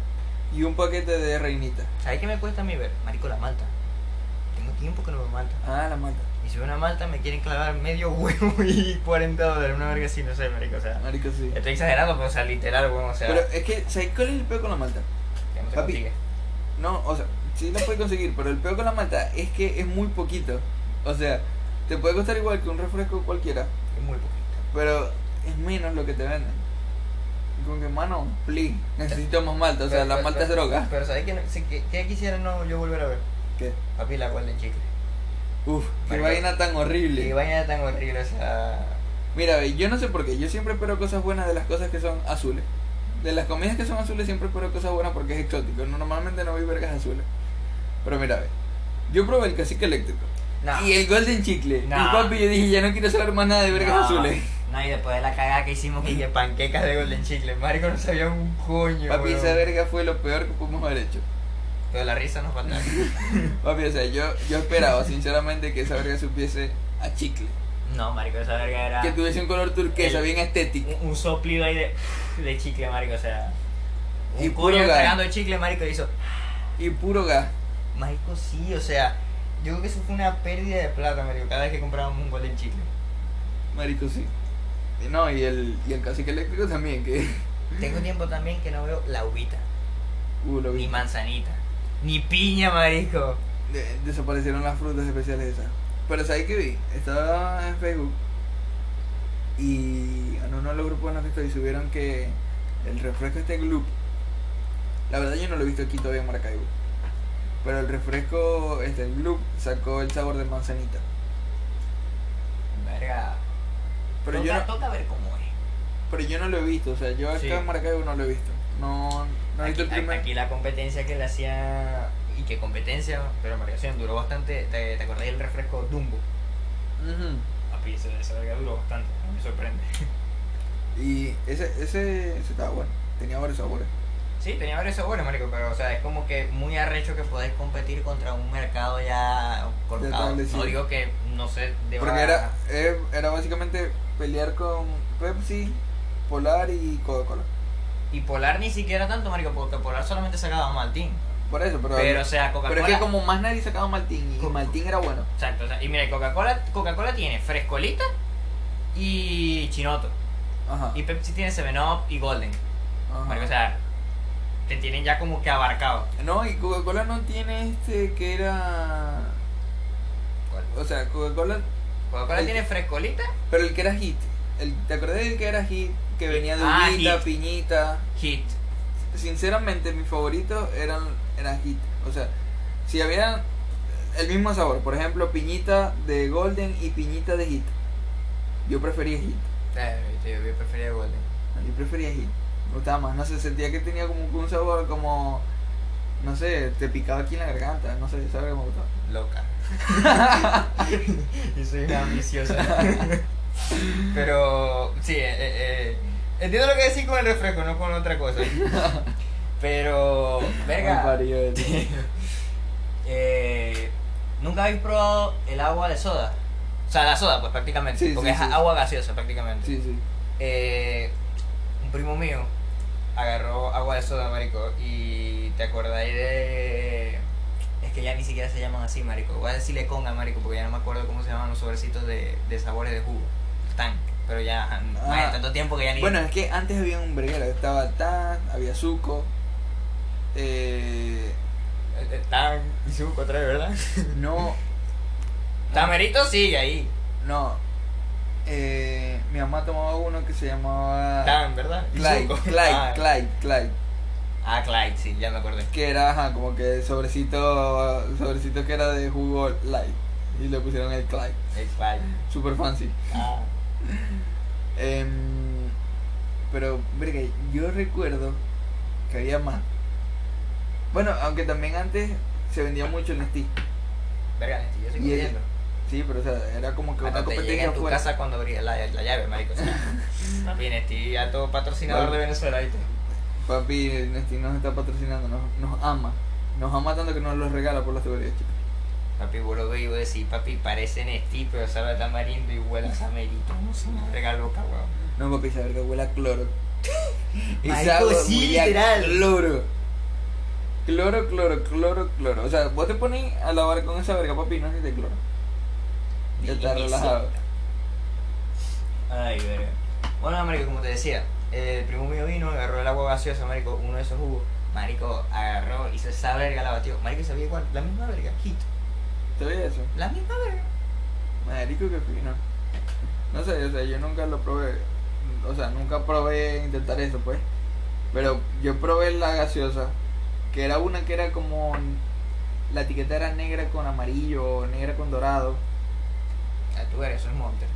Speaker 1: y un paquete de reinita.
Speaker 2: ¿sabes qué me cuesta a mí ver? Marico, la malta. Tengo tiempo que no veo malta.
Speaker 1: Ah, la malta.
Speaker 2: Y si veo una malta, me quieren clavar medio (laughs) huevo y 40 dólares, una verga así, no sé, marico, o sea.
Speaker 1: Marico, sí.
Speaker 2: Estoy exagerando, pero o sea, literal, weón, o sea,
Speaker 1: Pero es que, ¿sabes cuál es el peo con la malta?
Speaker 2: que no se
Speaker 1: papi.
Speaker 2: consigue.
Speaker 1: No, o sea, sí lo puedes conseguir, pero el peo con la malta es que es muy poquito. O sea, te puede costar igual que un refresco cualquiera,
Speaker 2: Es muy poquito.
Speaker 1: pero es menos lo que te venden. Y Como que, mano, please, necesito más malta. O sea,
Speaker 2: Pero-
Speaker 1: la
Speaker 2: pero-
Speaker 1: malta es
Speaker 2: pero-
Speaker 1: droga.
Speaker 2: Pero ¿sabes qué, no- sí, qué, qué quisiera no yo volver a ver?
Speaker 1: ¿Qué?
Speaker 2: Papi, la cual de chicle.
Speaker 1: Uf, qué
Speaker 2: Marico.
Speaker 1: vaina tan horrible.
Speaker 2: Qué vaina tan horrible, o sea.
Speaker 1: Mira, ve, yo no sé por qué, yo siempre espero cosas buenas de las cosas que son azules. De las comidas que son azules siempre espero cosas buenas porque es exótico. Normalmente no vi vergas azules. Pero mira, ve, yo probé el cacique eléctrico.
Speaker 2: No.
Speaker 1: Y el golden chicle.
Speaker 2: No.
Speaker 1: Y papi, yo dije, ya no quiero saber más nada de vergas
Speaker 2: No.
Speaker 1: azules.
Speaker 2: No, y después de la cagada que hicimos
Speaker 1: (laughs)
Speaker 2: y de panquecas de golden chicle, marico, no sabía un coño.
Speaker 1: Papi,
Speaker 2: weón.
Speaker 1: esa verga fue lo peor que pudimos haber hecho.
Speaker 2: Pero la risa
Speaker 1: (laughs)
Speaker 2: nos faltaba.
Speaker 1: Papi, o sea, yo, yo esperaba sinceramente que esa verga supiese a chicle.
Speaker 2: no, marico, esa verga era
Speaker 1: Que tuviese un color turquesa,
Speaker 2: Ah. El-
Speaker 1: bien estético.
Speaker 2: un, un soplido ahí de, de chicle, marico, o sea. Un
Speaker 1: Y puro
Speaker 2: coño
Speaker 1: gas.
Speaker 2: tragando chicle, marico, y hizo.
Speaker 1: Y puro gas.
Speaker 2: Marico, sí, o sea, yo creo que eso fue una pérdida de plata, marico, cada vez que comprábamos un golden chicle.
Speaker 1: Marico, sí. Y No, y el, y el cacique eléctrico también, que... (laughs)
Speaker 2: Tengo tiempo también que no veo la uvita,
Speaker 1: Uh, lo vi.
Speaker 2: ni manzanita, ni piña, marico.
Speaker 1: De- desaparecieron las frutas especiales esas. Pero ¿sabes qué vi? Estaba en Facebook y en uno de los grupos en los que estoy subieron que el refresco este Gloop. La verdad yo no lo he visto aquí todavía en Maracaibo. Pero el refresco este el Gloop sacó el sabor de manzanita.
Speaker 2: Verga.
Speaker 1: Pero
Speaker 2: toca,
Speaker 1: yo no,
Speaker 2: toca ver cómo es.
Speaker 1: pero yo no lo he visto, o sea, yo acá
Speaker 2: Sí.
Speaker 1: en Maracaibo no lo he visto. No, no he
Speaker 2: Aquí,
Speaker 1: visto el primer.
Speaker 2: aquí la competencia que le hacía. Y que competencia, pero marcación duró bastante. ¿Te, te acordás del refresco Dumbo?
Speaker 1: Ujú.
Speaker 2: Papi, esa esa verga duró bastante. a mí Me sorprende.
Speaker 1: Y ese, ese, ese estaba bueno, tenía varios sabores.
Speaker 2: Sí, tenía varios sabores, marico, pero o sea, es como que muy arrecho que podés competir contra un mercado ya cortado.
Speaker 1: Establecido.
Speaker 2: No digo que no sé de
Speaker 1: Porque era, eh, era básicamente pelear con Pepsi, Polar y Coca-Cola.
Speaker 2: Y Polar ni siquiera tanto, marico, porque Polar solamente sacaba Maltín.
Speaker 1: Por eso, pero.
Speaker 2: Pero o sea,
Speaker 1: pero
Speaker 2: Coca-Cola.
Speaker 1: es que como más nadie sacaba Martín y
Speaker 2: Co-
Speaker 1: Martín era bueno.
Speaker 2: Exacto, o sea, y mira, Coca-Cola Coca-Cola tiene frescolita y chinoto.
Speaker 1: Ajá.
Speaker 2: Y Pepsi tiene Seven Up y Golden.
Speaker 1: ajá.
Speaker 2: Marico, o sea, te tienen ya como que abarcado.
Speaker 1: No, y Coca-Cola no tiene este que era. O sea, Coca-Cola.
Speaker 2: Coca-Cola tiene frescolita,
Speaker 1: Pero el que era hit. El, ¿Te acordás del que era hit? Que venía de
Speaker 2: Ah,
Speaker 1: uvita,
Speaker 2: Hit.
Speaker 1: piñita.
Speaker 2: hit.
Speaker 1: Sinceramente, mis favoritos eran, eran hit. O sea, si habían el mismo sabor, por ejemplo, piñita de Golden y piñita de hit. Yo prefería hit.
Speaker 2: Eh, Yo, yo prefería Golden.
Speaker 1: Yo prefería hit. Me gustaba más, no sé, sentía que tenía como que un sabor como No sé, te picaba aquí en la garganta, no sé, ¿sabes cómo gustaba?
Speaker 2: Loca. (laughs) y soy una ambiciosa. (laughs) Pero, sí, eh, eh, entiendo lo que decís con el refresco, no con otra (laughs) cosa. Pero, verga.
Speaker 1: Mal parido de ti.
Speaker 2: (laughs) Eh, ¿Nunca habéis probado el agua de soda? O sea, la soda, pues prácticamente.
Speaker 1: Sí,
Speaker 2: porque
Speaker 1: sí,
Speaker 2: es
Speaker 1: sí.
Speaker 2: agua gaseosa, prácticamente.
Speaker 1: Sí, sí.
Speaker 2: Eh, un primo mío agarró agua de soda, marico. Y te acordáis de. Es que ya ni siquiera se llaman así, marico. Voy a decirle conga, marico, porque ya no me acuerdo cómo se llaman los sobrecitos de, de sabores de jugo. Tan. Pero ya, ajá,
Speaker 1: Ah.
Speaker 2: tanto tiempo que ya ni.
Speaker 1: Bueno, es que antes había un breguero, estaba Tan, había Zuko. Eh,
Speaker 2: Eh, eh, Tan. Y suco otra vez, ¿verdad?
Speaker 1: Ah. no,
Speaker 2: Tamerito sigue ahí.
Speaker 1: no. Eh, mi mamá tomaba uno que se llamaba
Speaker 2: Tan, ¿verdad? Y
Speaker 1: Ah. Clyde,
Speaker 2: suco.
Speaker 1: Clyde,
Speaker 2: ah,
Speaker 1: Clyde, Clyde,
Speaker 2: Ah, Clyde, sí, ya me acordé.
Speaker 1: que era ajá, como que sobrecito, sobrecito que era de jugo light y le pusieron el Clyde,
Speaker 2: El
Speaker 1: (laughs)
Speaker 2: Clyde.
Speaker 1: super fancy.
Speaker 2: Ah.
Speaker 1: Em, pero, verga, yo recuerdo que había más. Bueno, aunque también antes se vendía mucho el Nestí.
Speaker 2: Verga, Nesti, yo sigo
Speaker 1: Y
Speaker 2: pidiendo.
Speaker 1: Sí, pero o sea, era como que
Speaker 2: Hasta
Speaker 1: una
Speaker 2: te llegué
Speaker 1: competencia
Speaker 2: en tu
Speaker 1: fuera.
Speaker 2: casa cuando abrí la, la llave, marico. O (laughs) sea, viene este ya todo patrocinador
Speaker 1: Vale.
Speaker 2: de Venezuela, ¿viste?
Speaker 1: Papi, el Nestí nos está patrocinando, nos, nos ama. Nos ama tanto que nos los regala por las teorías, chicos.
Speaker 2: Papi, vos lo veo y voy a decir, papi, parece Nesti, pero sabe a tamarindo y huele a samerito. No sé, me pega loca, weón.
Speaker 1: No, papi, saber que huele a cloro.
Speaker 2: Marico, sí,
Speaker 1: huele a
Speaker 2: literal.
Speaker 1: Cloro. Cloro, cloro, cloro, cloro. O sea, vos te pones a lavar con esa verga, papi, no es de cloro. Ya está
Speaker 2: Divinísimo.
Speaker 1: relajado.
Speaker 2: Ay, verga. Bueno, marico, como te decía, el primo mío vino, agarró el agua gaseosa, marico, uno de esos jugos. Marico, agarró, hizo esa verga, la batió. Marico, sabía igual, la misma verga, quito.
Speaker 1: ¿Sabías eso?
Speaker 2: La misma verga.
Speaker 1: Marico, que fino. No sé, o sea, yo nunca lo probé. O sea, nunca probé intentar eso, pues. Pero yo probé la gaseosa, que era una que era como. La etiqueta era negra con amarillo, o negra con dorado.
Speaker 2: Ah, tú verga, eso es Monster.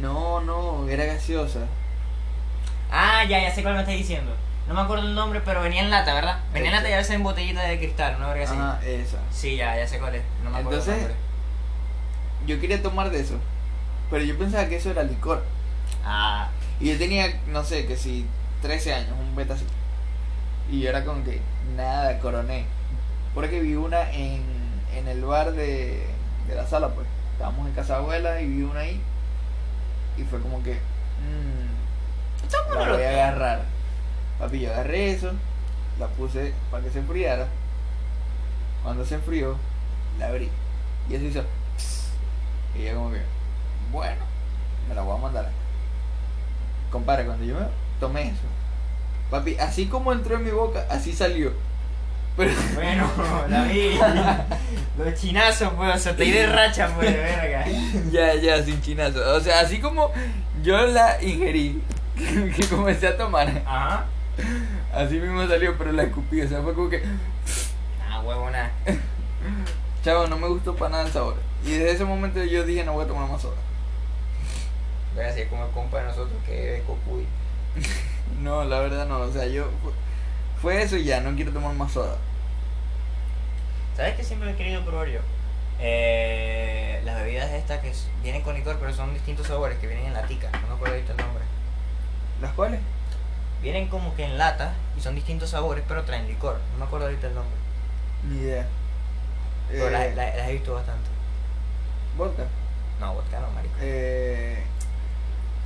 Speaker 1: No, no, era gaseosa.
Speaker 2: Ah, ya, ya sé cuál me estás diciendo. No me acuerdo el nombre, pero venía en lata, ¿verdad? Venía en lata y a veces en botellita de cristal, una verga así.
Speaker 1: Este. Ajá, esa.
Speaker 2: Sí, ya, ya sé cuál es. No me acuerdo el
Speaker 1: Entonces-
Speaker 2: nombre.
Speaker 1: Yo quería tomar de eso, pero yo pensaba que eso era licor.
Speaker 2: Ah,
Speaker 1: Y yo tenía, no sé, que si 13 años, un beta así. Y yo era con que nada, coroné. Porque vi una en, en el bar de, de la sala, pues. Estábamos en casa abuela y vi una ahí. Y fue como que. Mmm, la
Speaker 2: lo
Speaker 1: voy a agarrar. Papi, yo agarré eso, la puse para que se enfriara. Cuando se enfrió, la abrí. Y eso hizo. Y yo como que, bueno, me la voy a mandar. Compara, cuando yo me tomé eso. Papi, así como entró en mi boca, así salió. (laughs) Pero
Speaker 2: bueno, (laughs)
Speaker 1: (laughs)
Speaker 2: David. Los chinazos, pues, o sea, te iré racha, pues, de verga.
Speaker 1: (laughs) ya, ya, sin chinazo. O sea, así como yo la ingerí, (laughs) que comencé a tomar,
Speaker 2: Ajá.
Speaker 1: así mismo salió, pero la escupí. O sea, fue como que,
Speaker 2: Ah, huevona.
Speaker 1: chavo, no me gustó para nada el sabor. Y desde ese momento yo dije, no voy a tomar más soda.
Speaker 2: Verga, así es como el compa de nosotros que bebe cocuy.
Speaker 1: No, la verdad no. O sea, yo. Fue, fue eso y ya, no quiero tomar más soda.
Speaker 2: ¿Sabes qué siempre he querido probar yo? Eh, las bebidas estas que s- vienen con licor, pero son distintos sabores que vienen en latica. No me acuerdo ahorita el nombre.
Speaker 1: ¿Las cuales?
Speaker 2: Vienen como que en lata y son distintos sabores, pero traen licor. No me acuerdo ahorita el nombre.
Speaker 1: Ni idea.
Speaker 2: Pero
Speaker 1: Eh,
Speaker 2: las, las- las he visto bastante.
Speaker 1: Vodka.
Speaker 2: No, vodka no, marico.
Speaker 1: Eh,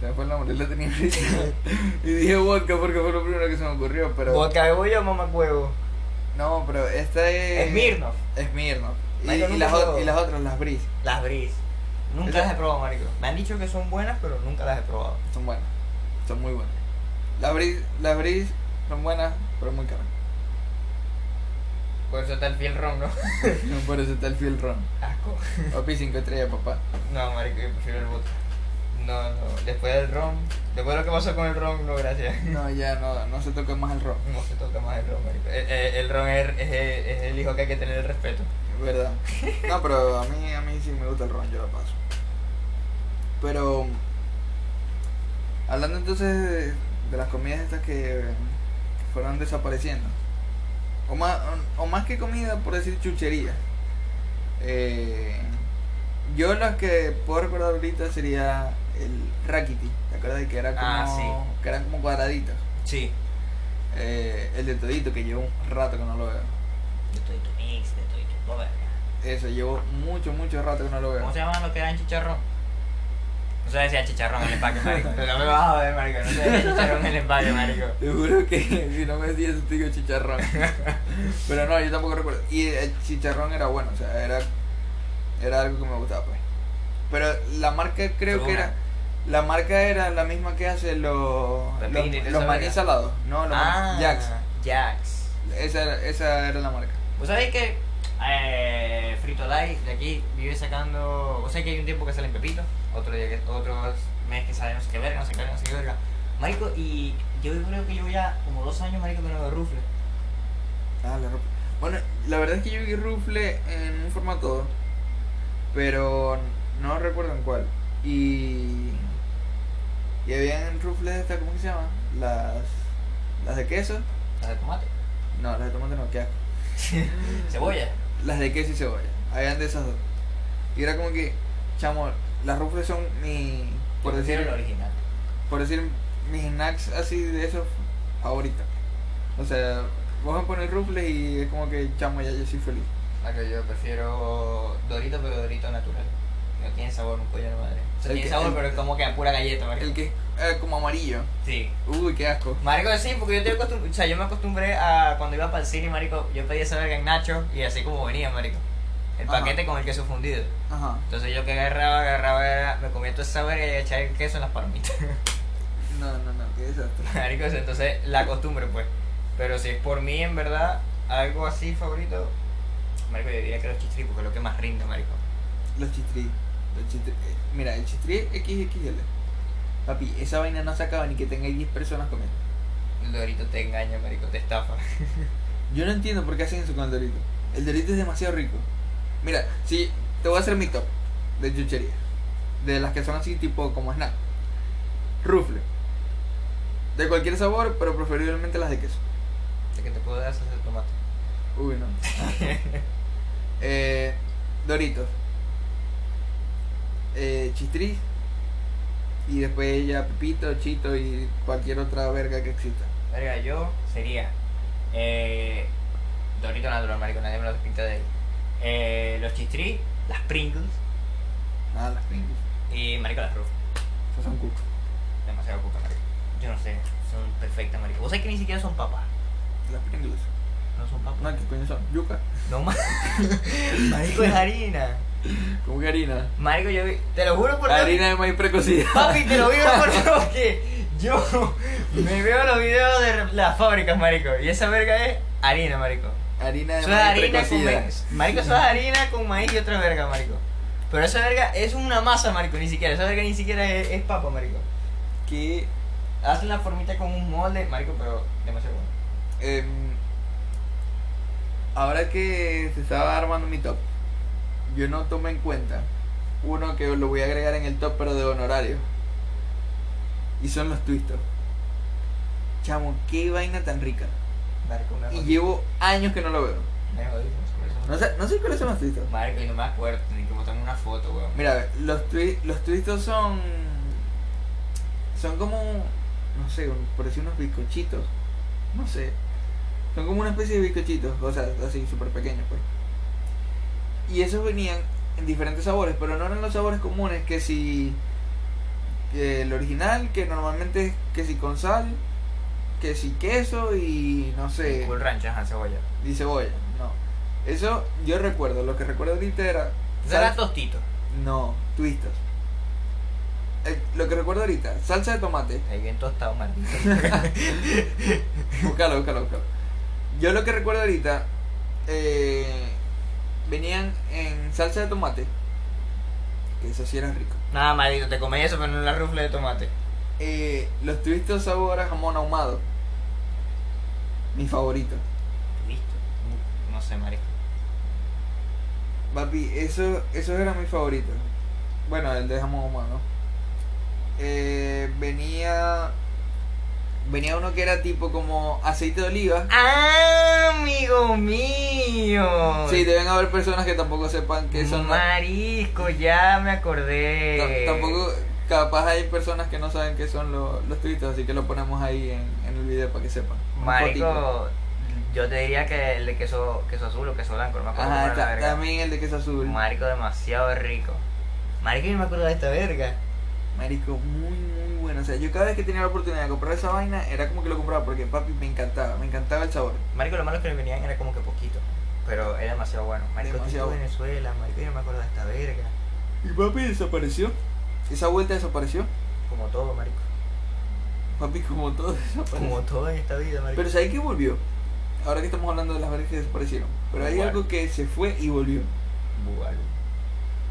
Speaker 1: se me fue el nombre, la tenía escrita. (laughs) y dije vodka porque fue lo primero que se me ocurrió, pero.
Speaker 2: Vodka bebo yo, mamá huevo.
Speaker 1: No, pero esta es.
Speaker 2: Smirnoff.
Speaker 1: Smirnoff. Y,
Speaker 2: Marico,
Speaker 1: y
Speaker 2: nunca
Speaker 1: las, ot-
Speaker 2: lo-
Speaker 1: y las otras, las Bris,
Speaker 2: Las bris. Nunca las he probado, marico. Me han dicho que son buenas, pero nunca las he probado.
Speaker 1: son buenas. Son muy buenas. Las Bris, las Bris son buenas, pero muy caras. (laughs)
Speaker 2: Por eso está el fiel ron, ¿no?
Speaker 1: Por eso está el Field Ron.
Speaker 2: (laughs) Asco.
Speaker 1: Papi 5 estrellas, papá.
Speaker 2: No, marico, yo prefiero el vodka. No, no. Después del ron, después de lo que pasó con el ron, no, gracias. (laughs)
Speaker 1: No, ya no, no se toca más el ron.
Speaker 2: No se toca más el ron, marico. El, el- el ron es, es- es el hijo que hay que tener el respeto.
Speaker 1: Verdad. No, pero a mí, a mí sí me gusta el ron, yo lo paso. Pero, hablando entonces de, de las comidas estas que, que fueron desapareciendo, o más, o más que comida, por decir chuchería. Eh, yo las que puedo recordar ahorita sería el Rakiti, ¿te acuerdas? Que era como,
Speaker 2: Ah,
Speaker 1: que eran como cuadraditos.
Speaker 2: Sí.
Speaker 1: Eh, el de todito, que llevo un rato que no lo veo.
Speaker 2: De todito mix, de todito todo, ¿verdad?
Speaker 1: Eso, llevo mucho, mucho rato que no lo veo.
Speaker 2: ¿Cómo se llamaban los que eran chicharrón? No se decía chicharrón en
Speaker 1: (laughs)
Speaker 2: el empaque, marico. No me vas a ver, marico. No se decía chicharrón en el empaque, marico.
Speaker 1: Te juro que (laughs) si no me decías eso, te digo (laughs) chicharrón. Pero no, yo tampoco recuerdo. Y el chicharrón era bueno, o sea, era, era algo que me gustaba, pues. Pero la marca creo que
Speaker 2: Segura.
Speaker 1: era. La marca era la misma que hace los, los,
Speaker 2: Pepino y toda
Speaker 1: los
Speaker 2: esa
Speaker 1: maní
Speaker 2: verga.
Speaker 1: salados, ¿no? Los maní- Jack's.
Speaker 2: Ah, Jax.
Speaker 1: Esa, era- esa era la marca.
Speaker 2: ¿Vos sabéis que eh, Frito Lay de aquí vive sacando. ¿Vos sabéis que hay un tiempo que salen pepitos? Otro día que. Otros meses que salen no sé qué verga, no sé qué verga, no sé qué verga. Marico, y yo creo que llevo ya como dos años, marico, que no veo rufle.
Speaker 1: Ah, la ropa. Bueno, la verdad es que yo vi Rufle en un formato, pero no recuerdo en cuál. Y. Y habían Rufles estas, ¿cómo que se llama? Las. Las de queso.
Speaker 2: Las de tomate.
Speaker 1: No, las de tomate no, qué asco.
Speaker 2: Cebolla.
Speaker 1: Las de queso y cebolla. Habían de esas dos. Y era como que, chamo, las Rufles son mi. Por
Speaker 2: Yo prefiero
Speaker 1: decir,
Speaker 2: la original.
Speaker 1: por decir, mis snacks así de esos favoritas. O sea, vos me pones Rufles y es como que, chamo, ya yo soy feliz.
Speaker 2: La Ah, que yo prefiero Dorito, pero Dorito natural. No tiene sabor, un pollo de madre. O sea,
Speaker 1: El
Speaker 2: tiene
Speaker 1: que-
Speaker 2: sabor,
Speaker 1: el-
Speaker 2: pero es como que a pura galleta, marico.
Speaker 1: El que es eh, como amarillo.
Speaker 2: Sí.
Speaker 1: Uy, qué asco.
Speaker 2: Marico, sí, porque yo, te acostum- o sea, yo me acostumbré a cuando iba para el cine, marico, yo pedía esa verga en Nacho y así como venía, marico. El
Speaker 1: Ajá.
Speaker 2: paquete con el queso fundido.
Speaker 1: Ajá.
Speaker 2: Entonces yo que agarraba, agarraba, agarraba, me comía toda esa verga y echaba el queso en las palomitas. (laughs)
Speaker 1: No, no, no, qué desastre.
Speaker 2: Marico, entonces la costumbre, pues. Pero si es por mí, en verdad, algo así favorito, marico, yo diría que los chichiripos, porque es lo que más rinde, marico.
Speaker 1: Los chistri. Los chistri. eh, Mira, el chistri es XXL. Papi, esa vaina no se acaba ni que tenga 10 personas comiendo.
Speaker 2: El dorito te engaña, marico, te estafa.
Speaker 1: Yo no entiendo por qué hacen eso con el dorito. El dorito es demasiado rico. Mira, si te voy a hacer mi top de chuchería. De las que son así tipo como snack. Rufle. De cualquier sabor, pero preferiblemente las de queso.
Speaker 2: De que te puedo dar salsa de tomate.
Speaker 1: Uy, no. Eh, Doritos. Eh, Chistris. Y después ya Pepito, Chito y cualquier otra verga que exista.
Speaker 2: Verga, yo sería eh, Dorito Natural, marico, nadie me lo pinta de ahí. Eh, los chistri, las Pringles
Speaker 1: Nada, las Pringles.
Speaker 2: y marico, las Ruff.
Speaker 1: Esas son cucos.
Speaker 2: Demasiado cuca, marico. Yo no sé, son perfectas, marico. Vos sabés que ni siquiera son papas.
Speaker 1: Las Pringles.
Speaker 2: No son papas.
Speaker 1: No, ¿qué coño son? Yuca. (laughs)
Speaker 2: No más. marico, es harina.
Speaker 1: ¿Cómo que harina?
Speaker 2: Marico, yo vi- te lo juro por Dios.
Speaker 1: Harina de maíz precocida.
Speaker 2: Papi, te lo digo porque yo me veo los videos de las fábricas, marico. Y esa verga es harina, marico.
Speaker 1: harina de
Speaker 2: Eso es
Speaker 1: maíz
Speaker 2: harina con
Speaker 1: precocida.
Speaker 2: maíz. Marico, eso es harina con maíz y otra verga, marico. Pero esa verga es una masa, marico, ni siquiera. Esa verga ni siquiera es, es papa, marico.
Speaker 1: Que
Speaker 2: Hacen la formita con un molde, marico, pero demasiado bueno.
Speaker 1: em, ahora que se estaba armando mi top, yo no tomé en cuenta uno que lo voy a agregar en el top, pero de honorario. Y son los twistos. Chamo, qué vaina tan rica.
Speaker 2: Marico, me
Speaker 1: Y
Speaker 2: jodí.
Speaker 1: llevo años que no lo veo.
Speaker 2: Me jodí,
Speaker 1: No sé, no sé cuáles son los twistos.
Speaker 2: Marico, y no me acuerdo, ni como tengo una foto, weón.
Speaker 1: Mira, los, twi- los twistos son. Son como. No sé, un- por decir unos bizcochitos. No sé. Son como una especie de bizcochitos, o sea, así súper pequeños, pues. Y esos venían en diferentes sabores, pero no eran los sabores comunes que si. que el original, que normalmente es que si con sal, que si queso y no sé
Speaker 2: Cool ranch, ajá, cebolla.
Speaker 1: y cebolla. No. Eso yo recuerdo. Lo que recuerdo ahorita era.
Speaker 2: Ese era
Speaker 1: sal-
Speaker 2: tostito.
Speaker 1: No, twistos. Eh, lo que recuerdo ahorita, salsa de tomate. (laughs)
Speaker 2: Ahí bien tostado, maldito.
Speaker 1: Búscalo, búscalo, búscalo. Yo lo que recuerdo ahorita, eh, venían en salsa de tomate. Que eso sí era rico.
Speaker 2: Nada, marico, te comí eso, pero no la rufle de tomate.
Speaker 1: Eh, los twistos sabor a jamón ahumado. Mi favorito.
Speaker 2: Listo. No sé, marico.
Speaker 1: Papi, eso, eso era mi favorito. Bueno, el de jamón humano. Eh, venía venía uno que era tipo como aceite de oliva.
Speaker 2: Amigo mío.
Speaker 1: Ah. Sí, deben haber personas que tampoco sepan que son.
Speaker 2: Marisco, ya me acordé.
Speaker 1: tampoco, capaz hay personas que no saben que son lo- los tuitos, así que lo ponemos ahí en, en el video para que sepan. Una fotico.
Speaker 2: Marico, yo te diría que el de queso, queso azul o queso blanco, no me acuerdo
Speaker 1: Ajá,
Speaker 2: cómo era la
Speaker 1: ta-
Speaker 2: verga.
Speaker 1: también el de queso azul.
Speaker 2: Marico, demasiado rico. Marico, yo no me acuerdo de esta verga.
Speaker 1: Marico, muy, muy bueno. O sea, yo cada vez que tenía la oportunidad de comprar esa vaina, era como que lo compraba porque papi me encantaba, me encantaba el sabor.
Speaker 2: Marico, lo malo que le venían era como que poquito, pero era demasiado bueno. Marico, tú
Speaker 1: Demasiado.
Speaker 2: estuve en Venezuela, marico, yo no me acuerdo de esta verga.
Speaker 1: Y papi desapareció. Esa vuelta desapareció.
Speaker 2: Como todo, marico.
Speaker 1: Papi, como todo (laughs) desapareció.
Speaker 2: Como todo en esta vida, marico.
Speaker 1: Pero ¿sabes qué volvió? Ahora que estamos hablando de las vergas que desaparecieron. Pero hay
Speaker 2: Bueno.
Speaker 1: algo que se fue y volvió.
Speaker 2: Bugalú.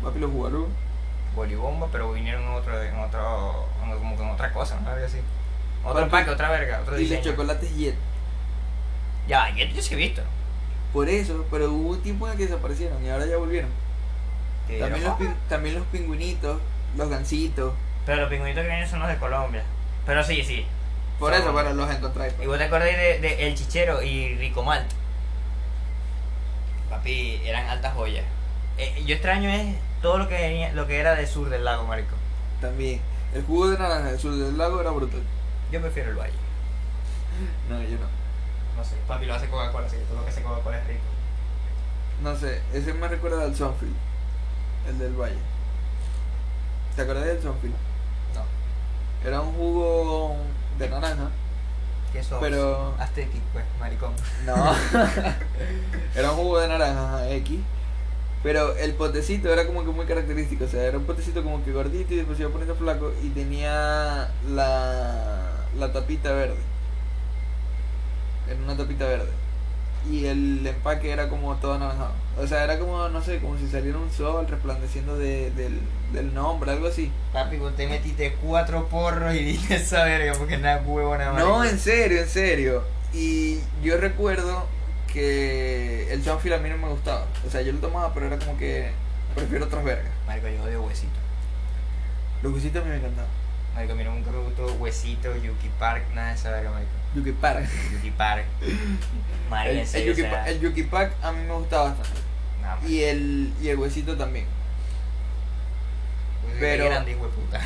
Speaker 1: Papi, los jugadores.
Speaker 2: Bolibomba, pero vinieron en otro, en otro, en- como con otra cosa, ¿no? Algo así. Otro
Speaker 1: Papi,
Speaker 2: empaque, otra verga, otro
Speaker 1: Y los
Speaker 2: diseño.
Speaker 1: chocolates Jet.
Speaker 2: Ya, ayer yo sí he visto.
Speaker 1: Por eso, pero hubo un tiempo en el que desaparecieron y ahora ya volvieron.
Speaker 2: Que
Speaker 1: También
Speaker 2: yo-
Speaker 1: los, pin- también los pingüinitos, los gansitos.
Speaker 2: Pero los pingüinitos que vienen son los de Colombia. Pero sí, sí.
Speaker 1: Por
Speaker 2: Son-
Speaker 1: eso, bueno, los encontráis.
Speaker 2: Y vos te acordáis de, de El Chichero y Rico Malt. Papi, eran altas joyas. Eh, yo extraño es todo lo que venía- lo que era del sur del lago, marico.
Speaker 1: También. El jugo de naranja del sur del lago era brutal.
Speaker 2: Yo prefiero el valle.
Speaker 1: No, yo no.
Speaker 2: No sé, papi lo hace Coca-Cola, así que todo lo que hace Coca-Cola es rico.
Speaker 1: No sé, ese me recuerda al Sunfield, el del Valle. ¿Te acuerdas del Sunfield?
Speaker 2: No.
Speaker 1: Era un jugo de naranja.
Speaker 2: ¿Qué sos?
Speaker 1: Pero-
Speaker 2: Aztetic, pues, maricón.
Speaker 1: No. (laughs) era un jugo de naranja ajá, X. Pero el potecito era como que muy característico. O sea, era un potecito como que gordito y después se iba poniendo flaco y tenía la, la tapita verde. Era una tapita verde. Y el empaque era como todo anaranjado. O sea, era como, no sé, como si saliera un sol resplandeciendo de- del, del nombre, algo así.
Speaker 2: Papi, vos te metiste cuatro porros y diste esa verga porque nada huevo nada más.
Speaker 1: No, en serio, en serio. Y yo recuerdo que el Sunfield a mí no me gustaba. O sea, yo lo tomaba, pero era como que prefiero otras vergas.
Speaker 2: Marico, yo odio huesito.
Speaker 1: Los guisitos a mí me encantaban.
Speaker 2: Marico, a mí nunca me gustó huesito, Yuki Park, nada de esa verga, marico.
Speaker 1: Yuki Park.
Speaker 2: Yuki
Speaker 1: (laughs)
Speaker 2: Park. Marico,
Speaker 1: El,
Speaker 2: en
Speaker 1: el
Speaker 2: serio,
Speaker 1: Yuki,
Speaker 2: o sea,
Speaker 1: Pa- el Yuki Pack a mí me gustaba bastante.
Speaker 2: nada más.
Speaker 1: Y el, y el huesito también.
Speaker 2: Qué
Speaker 1: pero-
Speaker 2: grande, hijo de
Speaker 1: (laughs)
Speaker 2: puta.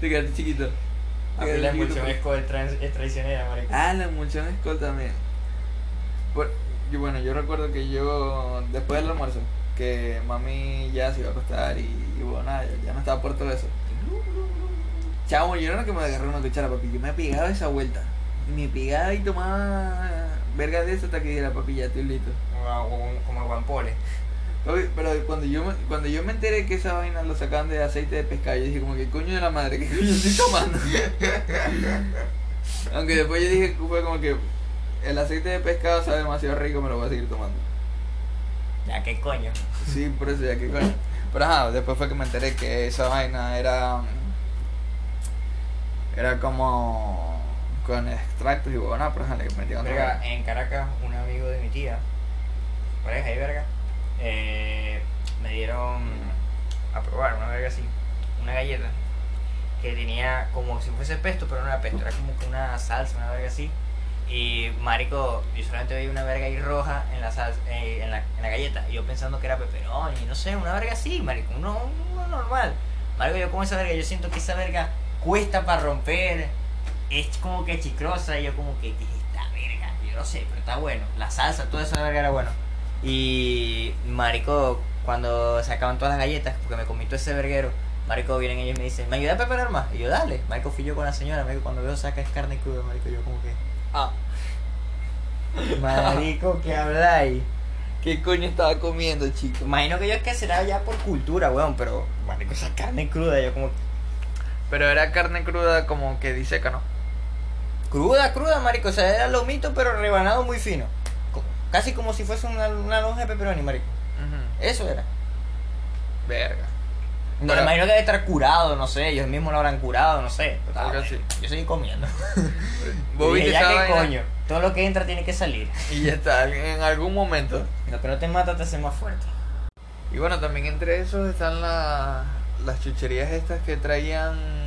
Speaker 1: Te quedaste chiquito.
Speaker 2: A
Speaker 1: Te
Speaker 2: mí
Speaker 1: quedaste
Speaker 2: la
Speaker 1: chiquito,
Speaker 2: emulsión es, co- es tran- es traicionera, marico.
Speaker 1: Ah, la emulsión Skull también. Por- yo, bueno, yo recuerdo que yo, después del almuerzo, que mami ya se iba a acostar y, y bueno, nada, ya, ya no estaba por todo eso. Chamo, yo no era que me agarré una cuchara, papi, yo me pegaba esa vuelta. Me pegaba y tomaba verga de eso hasta que diera papi, ya estoy listo.
Speaker 2: Como, a- como- como a guampole.
Speaker 1: Papi, pero cuando yo, me- cuando yo me enteré que esa vaina lo sacaban de aceite de pescado, yo dije como que coño de la madre, que coño estoy tomando. (laughs) Aunque después yo dije fue como que el aceite de pescado sabe demasiado rico, me lo voy a seguir tomando.
Speaker 2: Ya, ¿qué coño?
Speaker 1: Sí, por eso ya que coño. Pero ajá, después fue que me enteré que esa vaina era era como con extractos y huevonadas, pero ajá, le metían otra
Speaker 2: Verga,
Speaker 1: vaina.
Speaker 2: en Caracas, un amigo de mi tía, pareja y verga, eh, me dieron a probar una verga así, una galleta que tenía como si fuese pesto, pero no era pesto, era como que una salsa, una verga así. Y marico, yo solamente veía una verga ahí roja en la salsa, eh, en, la, en la galleta, y yo pensando que era peperón, y no sé, una verga así, marico, uno, uno normal. Marico, yo como esa verga, yo siento que esa verga cuesta para romper, es como que chiclosa, y yo como que dije, esta verga, yo no sé, pero está bueno. La salsa, toda esa verga era bueno. Y marico, cuando sacaban todas las galletas, porque me comí todo ese verguero, marico vienen ellos y me dicen, ¿me ayudas a preparar más? Y yo, dale, marico fui yo con la señora, marico, cuando veo saca es carne cruda, marico, yo como que, ah. Marico, ¿qué habláis?
Speaker 1: ¿Qué coño estaba comiendo, chico?
Speaker 2: Imagino que yo es que será ya por cultura, weón, pero marico, esa carne cruda, yo como,
Speaker 1: Pero era carne cruda como que diseca, ¿no?
Speaker 2: Cruda, cruda, marico. O sea, era lomito, pero rebanado muy fino. Co- Casi como si fuese una, una lonja de pepperoni, marico.
Speaker 1: Ujú.
Speaker 2: Eso era.
Speaker 1: Verga.
Speaker 2: No,
Speaker 1: Pero-
Speaker 2: me imagino que debe estar curado, no sé. Ellos mismos lo habrán curado, no sé. Pero
Speaker 1: Algo
Speaker 2: bueno,
Speaker 1: así.
Speaker 2: Yo seguí comiendo.
Speaker 1: Vos
Speaker 2: Dije,
Speaker 1: viste
Speaker 2: ya
Speaker 1: esa
Speaker 2: que
Speaker 1: vaina
Speaker 2: coño. Todo lo que entra tiene que salir.
Speaker 1: Y ya está, en algún momento.
Speaker 2: Lo que no te mata te hace más fuerte.
Speaker 1: Y bueno, también entre esos están la- las chucherías estas que traían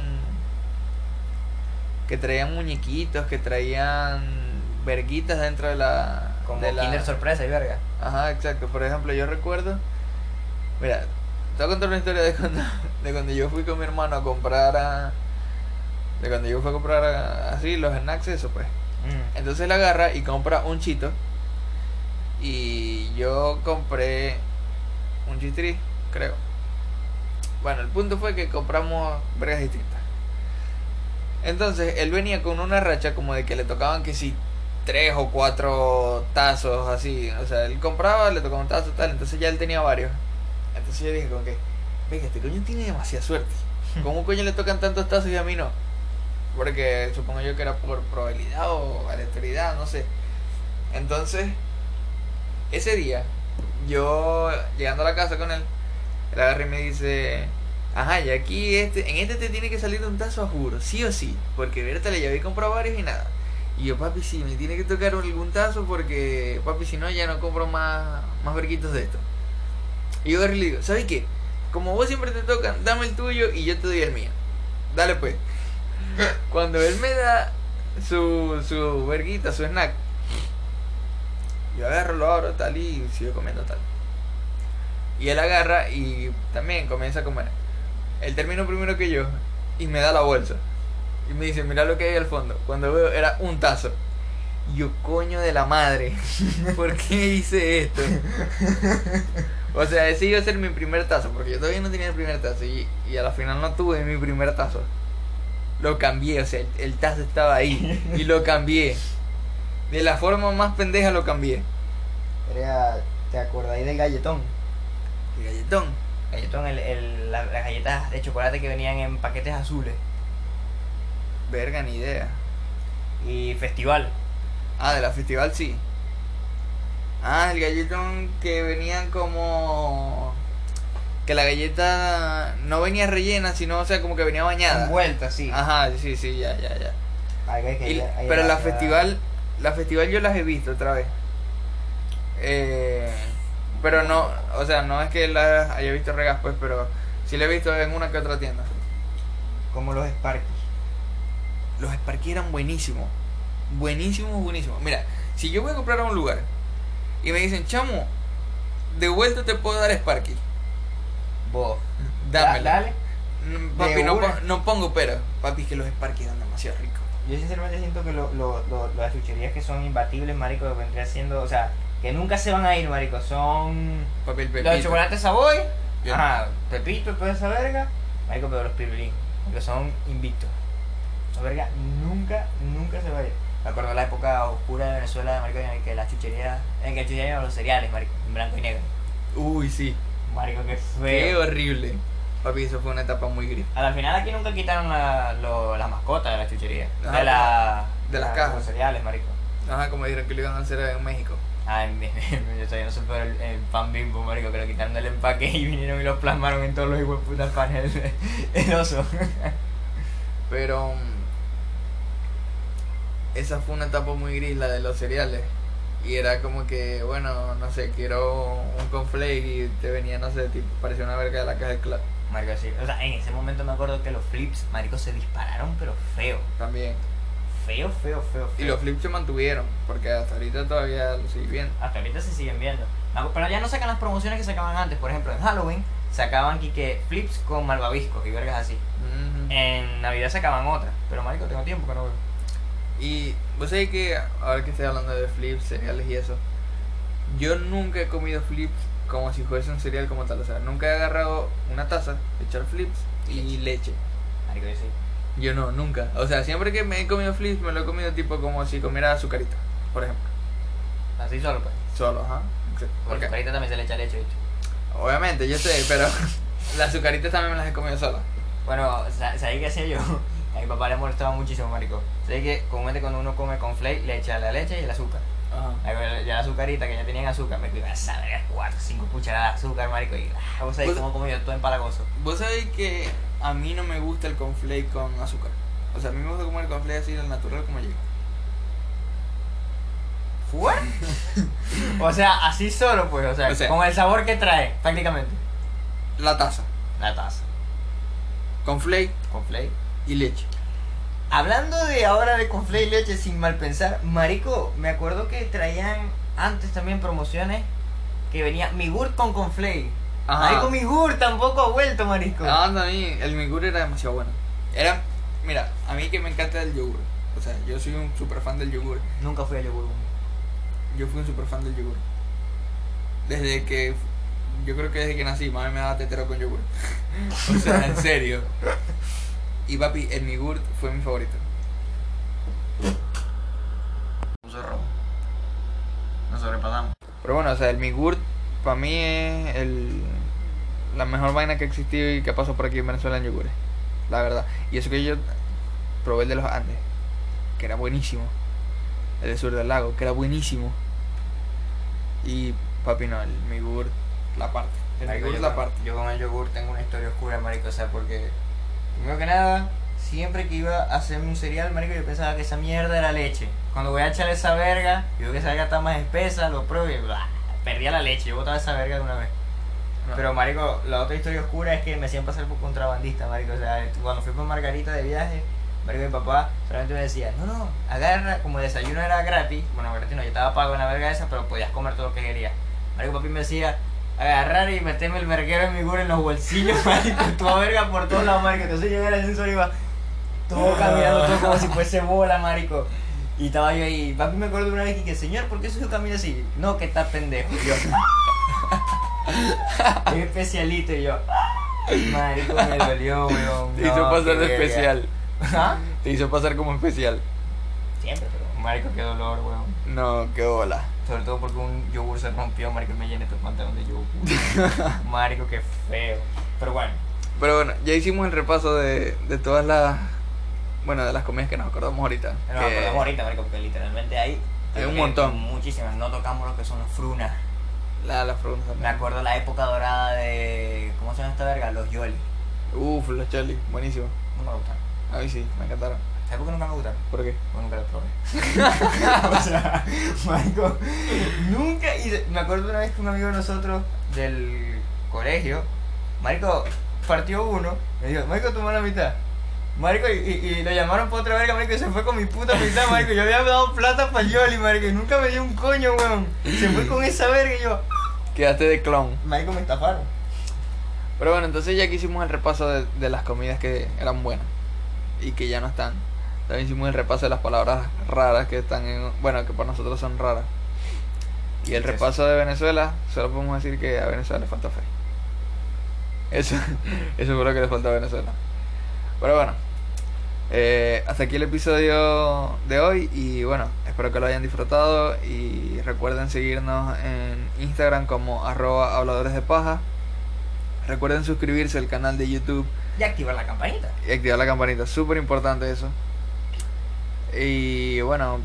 Speaker 1: que traían muñequitos, que traían verguitas dentro de la...
Speaker 2: Como
Speaker 1: de la-
Speaker 2: Kinder Sorpresa y verga.
Speaker 1: Ajá, exacto. Por ejemplo, yo recuerdo. Mira, te voy a contar una historia de cuando, (laughs) de cuando yo fui con mi hermano a comprar a. De cuando yo fui a comprar a- así los snacks, eso pues.
Speaker 2: Mm.
Speaker 1: Entonces él agarra y compra un chito. Y yo compré un chitri, creo. Bueno, el punto fue que compramos vergas distintas. Entonces él venía con una racha como de que le tocaban que si tres o cuatro tazos así. O sea, él compraba, le tocaba un tazo tal. Entonces ya él tenía varios. Entonces yo dije como que, venga, este coño tiene demasiada suerte. ¿Cómo coño le tocan tantos tazos y a mí no? Porque supongo yo que era por probabilidad o aleatoriedad, no sé. Entonces, ese día, yo llegando a la casa con él, él agarra y me dice, ajá, y aquí este, en este te tiene que salir un tazo a juro, sí o sí, porque vértale, ya había comprado varios y nada. Y yo, papi, sí, me tiene que tocar algún tazo porque, papi, si no, ya no compro más, más verguitos de esto. Y yo agarro y le digo, ¿sabes qué? Como vos siempre te tocan, dame el tuyo y yo te doy el mío. Dale pues. Cuando él me da su, su verguita, su snack, yo agarro, lo abro, tal, y sigo comiendo tal. Y él agarra y también comienza a comer. Él terminó primero que yo y me da la bolsa. Y me dice, mira lo que hay al fondo. Cuando veo, era un tazo. Y Yo, coño de la madre, (laughs) ¿por qué hice esto? O sea, ese iba a ser mi primer tazo, porque yo todavía no tenía el primer tazo. Y, y a la final no tuve mi primer tazo. Lo cambié, o sea, el, el tazo estaba ahí. Y lo cambié. De la forma más pendeja lo cambié.
Speaker 2: Verga, ¿Te acordáis del galletón?
Speaker 1: El galletón.
Speaker 2: Galletón, el, el- la- las galletas de chocolate que venían en paquetes azules.
Speaker 1: Verga, ni idea.
Speaker 2: Y festival.
Speaker 1: Ah, de la festival sí. Ah, el galletón que venían como... Que la galleta no venía rellena, sino, o sea, como que venía bañada.
Speaker 2: Envuelta, sí.
Speaker 1: Ajá, sí, sí, ya, ya, ya.
Speaker 2: Algo que
Speaker 1: Ah. Y-
Speaker 2: ya- ya
Speaker 1: pero la
Speaker 2: ya-
Speaker 1: festival, la festival yo las he visto otra vez. Eh, pero no, o sea, no es que las haya visto regas, pues, pero sí la he visto en una que otra tienda.
Speaker 2: Como los Sparkies.
Speaker 1: Los Sparky eran buenísimos. Buenísimos, buenísimos. Mira, si yo voy a comprar a un lugar y me dicen, chamo, de vuelta te puedo dar Sparky.
Speaker 2: Vos.
Speaker 1: Dámelo.
Speaker 2: Da- Dale.
Speaker 1: Mm,
Speaker 2: De
Speaker 1: Papi, no,
Speaker 2: una.
Speaker 1: pon- no pongo pero. Papi, es que los Sparky eran demasiado ricos.
Speaker 2: Yo sinceramente siento que lo, lo, lo- las chucherías que son imbatibles, marico, que vendría siendo, o sea, que nunca se van a ir, marico, son
Speaker 1: Papi, el
Speaker 2: los de
Speaker 1: pepito.
Speaker 2: chocolate Savoy,
Speaker 1: Bien.
Speaker 2: ajá, Pepito, toda esa verga, marico, pero los pirulín, que son invictos. Esa verga nunca, nunca se va a ir. Me acuerdo la época oscura de Venezuela, marico, en la que las chucherías, en que chucherías eran los cereales, marico, en blanco y negro.
Speaker 1: Uy, sí.
Speaker 2: Marico, que
Speaker 1: Qué
Speaker 2: feo.
Speaker 1: horrible. Papi, eso fue una etapa muy gris.
Speaker 2: A la final aquí nunca quitaron la, lo- las mascotas de las chucherías,
Speaker 1: Ajá.
Speaker 2: de, la,
Speaker 1: De las
Speaker 2: la-
Speaker 1: cajas.
Speaker 2: Los cereales, marico.
Speaker 1: Ajá, como dijeron que lo iban a hacer en México.
Speaker 2: Ah, en- en- yo todavía no supe el, el pan bimbo, marico, que lo quitaron del empaque y vinieron y lo plasmaron en todos los hijos putas panes el, (laughs) el oso.
Speaker 1: Pero. mm, Esa fue una etapa muy gris, la de los cereales. Y era como que, bueno, no sé, quiero un conflake y te venía, no sé, tipo, parecía una verga de la caja de club.
Speaker 2: Marico, sí. O sea, en ese momento me acuerdo que los flips, marico, se dispararon, pero feo.
Speaker 1: También.
Speaker 2: Feo, feo, feo,
Speaker 1: Y
Speaker 2: feo.
Speaker 1: los flips se mantuvieron, porque hasta ahorita todavía lo siguen viendo.
Speaker 2: Hasta ahorita se siguen viendo. Me acu- Pero ya no sacan las promociones que sacaban antes. Por ejemplo, en Halloween sacaban que flips con malvavisco, que vergas así.
Speaker 1: Ujú.
Speaker 2: En Navidad sacaban otra. Pero, marico, tengo tiempo que no veo.
Speaker 1: Y vos sabés que, ahora que estoy hablando de flips, cereales y eso, yo nunca he comido flips como si fuese un cereal como tal. O sea, nunca he agarrado una taza, echar flips y leche.
Speaker 2: Marico, yo sí.
Speaker 1: Yo no, nunca. O sea, siempre que me he comido flips, me lo he comido tipo como si comiera azucarita, por ejemplo.
Speaker 2: Así solo, pues.
Speaker 1: Solo, ajá. Exacto.
Speaker 2: Porque
Speaker 1: Porque-
Speaker 2: ahorita también se le echa leche, ¿viste?
Speaker 1: Obviamente, yo sé, pero las azucaritas también me las he comido solas.
Speaker 2: Bueno, sa- ¿sabéis qué hacía yo? (laughs) A mi papá le molestaba muchísimo, marico. Sabéis que comúnmente cuando uno come con flake le echa la leche y el azúcar.
Speaker 1: Ajá.
Speaker 2: Ahí va Ya la azucarita que ya tenían azúcar, me "Ah, iba a saber 4 5 cucharadas de azúcar, marico. Y ah, vos sabéis
Speaker 1: Pues-
Speaker 2: cómo comí yo todo empalagoso.
Speaker 1: Vos sabés que a mí no me gusta el conflake con azúcar. O sea, a mí me gusta comer el conflake así, el natural como llega.
Speaker 2: ¿What? (laughs) o sea, así solo, pues, o sea,
Speaker 1: O sea-
Speaker 2: con el sabor que trae, prácticamente.
Speaker 1: La taza,
Speaker 2: La taza,
Speaker 1: conflake
Speaker 2: con flake.
Speaker 1: y leche.
Speaker 2: Hablando de ahora de con y leche sin mal pensar, marico, me acuerdo que traían antes también promociones que venía Migur con Conflay.
Speaker 1: Ajá. Ah.
Speaker 2: Marico, Migur tampoco ha vuelto, marico.
Speaker 1: La banda a mí, el Migur era demasiado bueno. Era, mira, a mí que me encanta el yogur. O sea, yo soy un super fan del yogur.
Speaker 2: Nunca fui a Yogur.
Speaker 1: Yo fui un super fan del yogur. Desde que, yo creo que desde que nací, mami me daba tetero con yogur. (laughs) o sea, en serio. Y papi, el Migur fue mi favorito.
Speaker 2: Un zorro. Nos sobrepasamos.
Speaker 1: Pero bueno, o sea, el Migur para mí es el, la mejor vaina que ha existido y que pasó por aquí en Venezuela en yogures. La verdad. Y eso que yo probé el de los Andes, que era buenísimo. El del sur del lago, que era buenísimo. Y papi, no, el Migur, la parte. El
Speaker 2: Marico,
Speaker 1: Migur
Speaker 2: yo
Speaker 1: la
Speaker 2: con-
Speaker 1: parte.
Speaker 2: Yo con el yogur tengo una historia oscura, marico, o sea, porque primero que nada, siempre que iba a hacerme un cereal, marico, yo pensaba que esa mierda era leche. Cuando voy a echar esa verga, yo veo que esa verga está más espesa, lo pruebo y bla, perdía la leche, yo botaba esa verga de una vez.
Speaker 1: No.
Speaker 2: Pero marico, la otra historia oscura es que me hacían pasar por contrabandista, marico, o sea, cuando fui por Margarita de viaje, marico, mi papá solamente me decía, no, no, agarra, como el desayuno era gratis, bueno, gratis no, yo estaba pago en la verga esa, pero podías comer todo lo que querías. Marico, papi me decía, agarrar y meterme el verguero en mi gura en los bolsillos, (laughs) marico, toda verga por todos lados, marico. Entonces yo en el ascensor y iba todo caminando, todo como si fuese bola, marico. Y estaba yo ahí, papi me acuerdo una vez y que, señor, ¿por qué suyo camina así? No, que está pendejo. Y yo, (laughs) es especialito, y yo, "Ah, marico, me
Speaker 1: (laughs)
Speaker 2: dolió, weón.
Speaker 1: Te
Speaker 2: no,
Speaker 1: hizo
Speaker 2: qué
Speaker 1: pasar de
Speaker 2: verga".
Speaker 1: especial.
Speaker 2: (laughs) ¿Ah?
Speaker 1: Te hizo pasar como especial.
Speaker 2: Siempre, pero, marico, qué dolor, weón.
Speaker 1: No, qué bola.
Speaker 2: Sobre todo porque un yogur se rompió, marico, y me llené todo el pantalón de yogur.
Speaker 1: (laughs)
Speaker 2: marico, qué feo. Pero bueno.
Speaker 1: Pero bueno, ya hicimos el repaso de, de todas las. Bueno, de las comidas que nos acordamos ahorita. Eh,
Speaker 2: No,
Speaker 1: que-
Speaker 2: acordamos ahorita, marico, porque literalmente hay...
Speaker 1: Hay
Speaker 2: creo
Speaker 1: un
Speaker 2: que
Speaker 1: montón.
Speaker 2: Muchísimas, no tocamos lo que son los frunas.
Speaker 1: la, las preguntas
Speaker 2: Me
Speaker 1: también.
Speaker 2: acuerdo la época dorada de... ¿Cómo se llama esta verga? Los Yoli.
Speaker 1: Uf, los Charlie, buenísimo.
Speaker 2: No me gustaron.
Speaker 1: A mí sí, me encantaron.
Speaker 2: ¿Sabes por qué nunca me gustaron?
Speaker 1: ¿Por qué?
Speaker 2: Porque nunca los probé. (laughs) o sea, marico, nunca... hice- me acuerdo una vez que un amigo de nosotros del colegio, marico, partió uno. Me dijo, marico, toma la mitad. Marico, y, y- y lo llamaron para otra verga, marico, y se fue con mi puta (laughs) mitad, marico. Yo había dado plata para Yoli, marico, y nunca me dio un coño, weón. Se fue con esa verga y yo...
Speaker 1: Quedaste de clon.
Speaker 2: Marico, me estafaron.
Speaker 1: Pero bueno, entonces ya que hicimos el repaso de, de las comidas que eran buenas y que ya no están. También hicimos el repaso de las palabras raras que están en... Bueno, que para nosotros son raras. Y el
Speaker 2: Eso.
Speaker 1: repaso de Venezuela, solo podemos decir que a Venezuela le falta fe. Eso, (laughs) eso fue lo que le falta a Venezuela. Pero bueno, eh, hasta aquí el episodio de hoy y bueno, espero que lo hayan disfrutado y recuerden seguirnos en Instagram como arroba habladores de paja. Recuerden suscribirse al canal de YouTube
Speaker 2: Y activar la campanita.
Speaker 1: y activar la campanita, súper importante eso. Y bueno,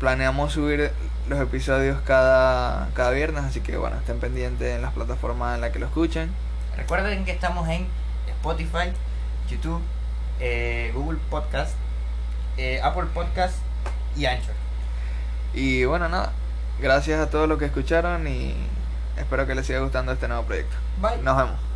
Speaker 1: planeamos subir los episodios cada, cada viernes, así que bueno, estén pendientes en las plataformas en las que lo escuchen.
Speaker 2: Recuerden que estamos en Spotify, YouTube, eh, Google Podcast, eh, Apple Podcast y Anchor.
Speaker 1: Y bueno, nada, gracias a todos los que escucharon y espero que les siga gustando este nuevo proyecto.
Speaker 2: Bye.
Speaker 1: Nos vemos.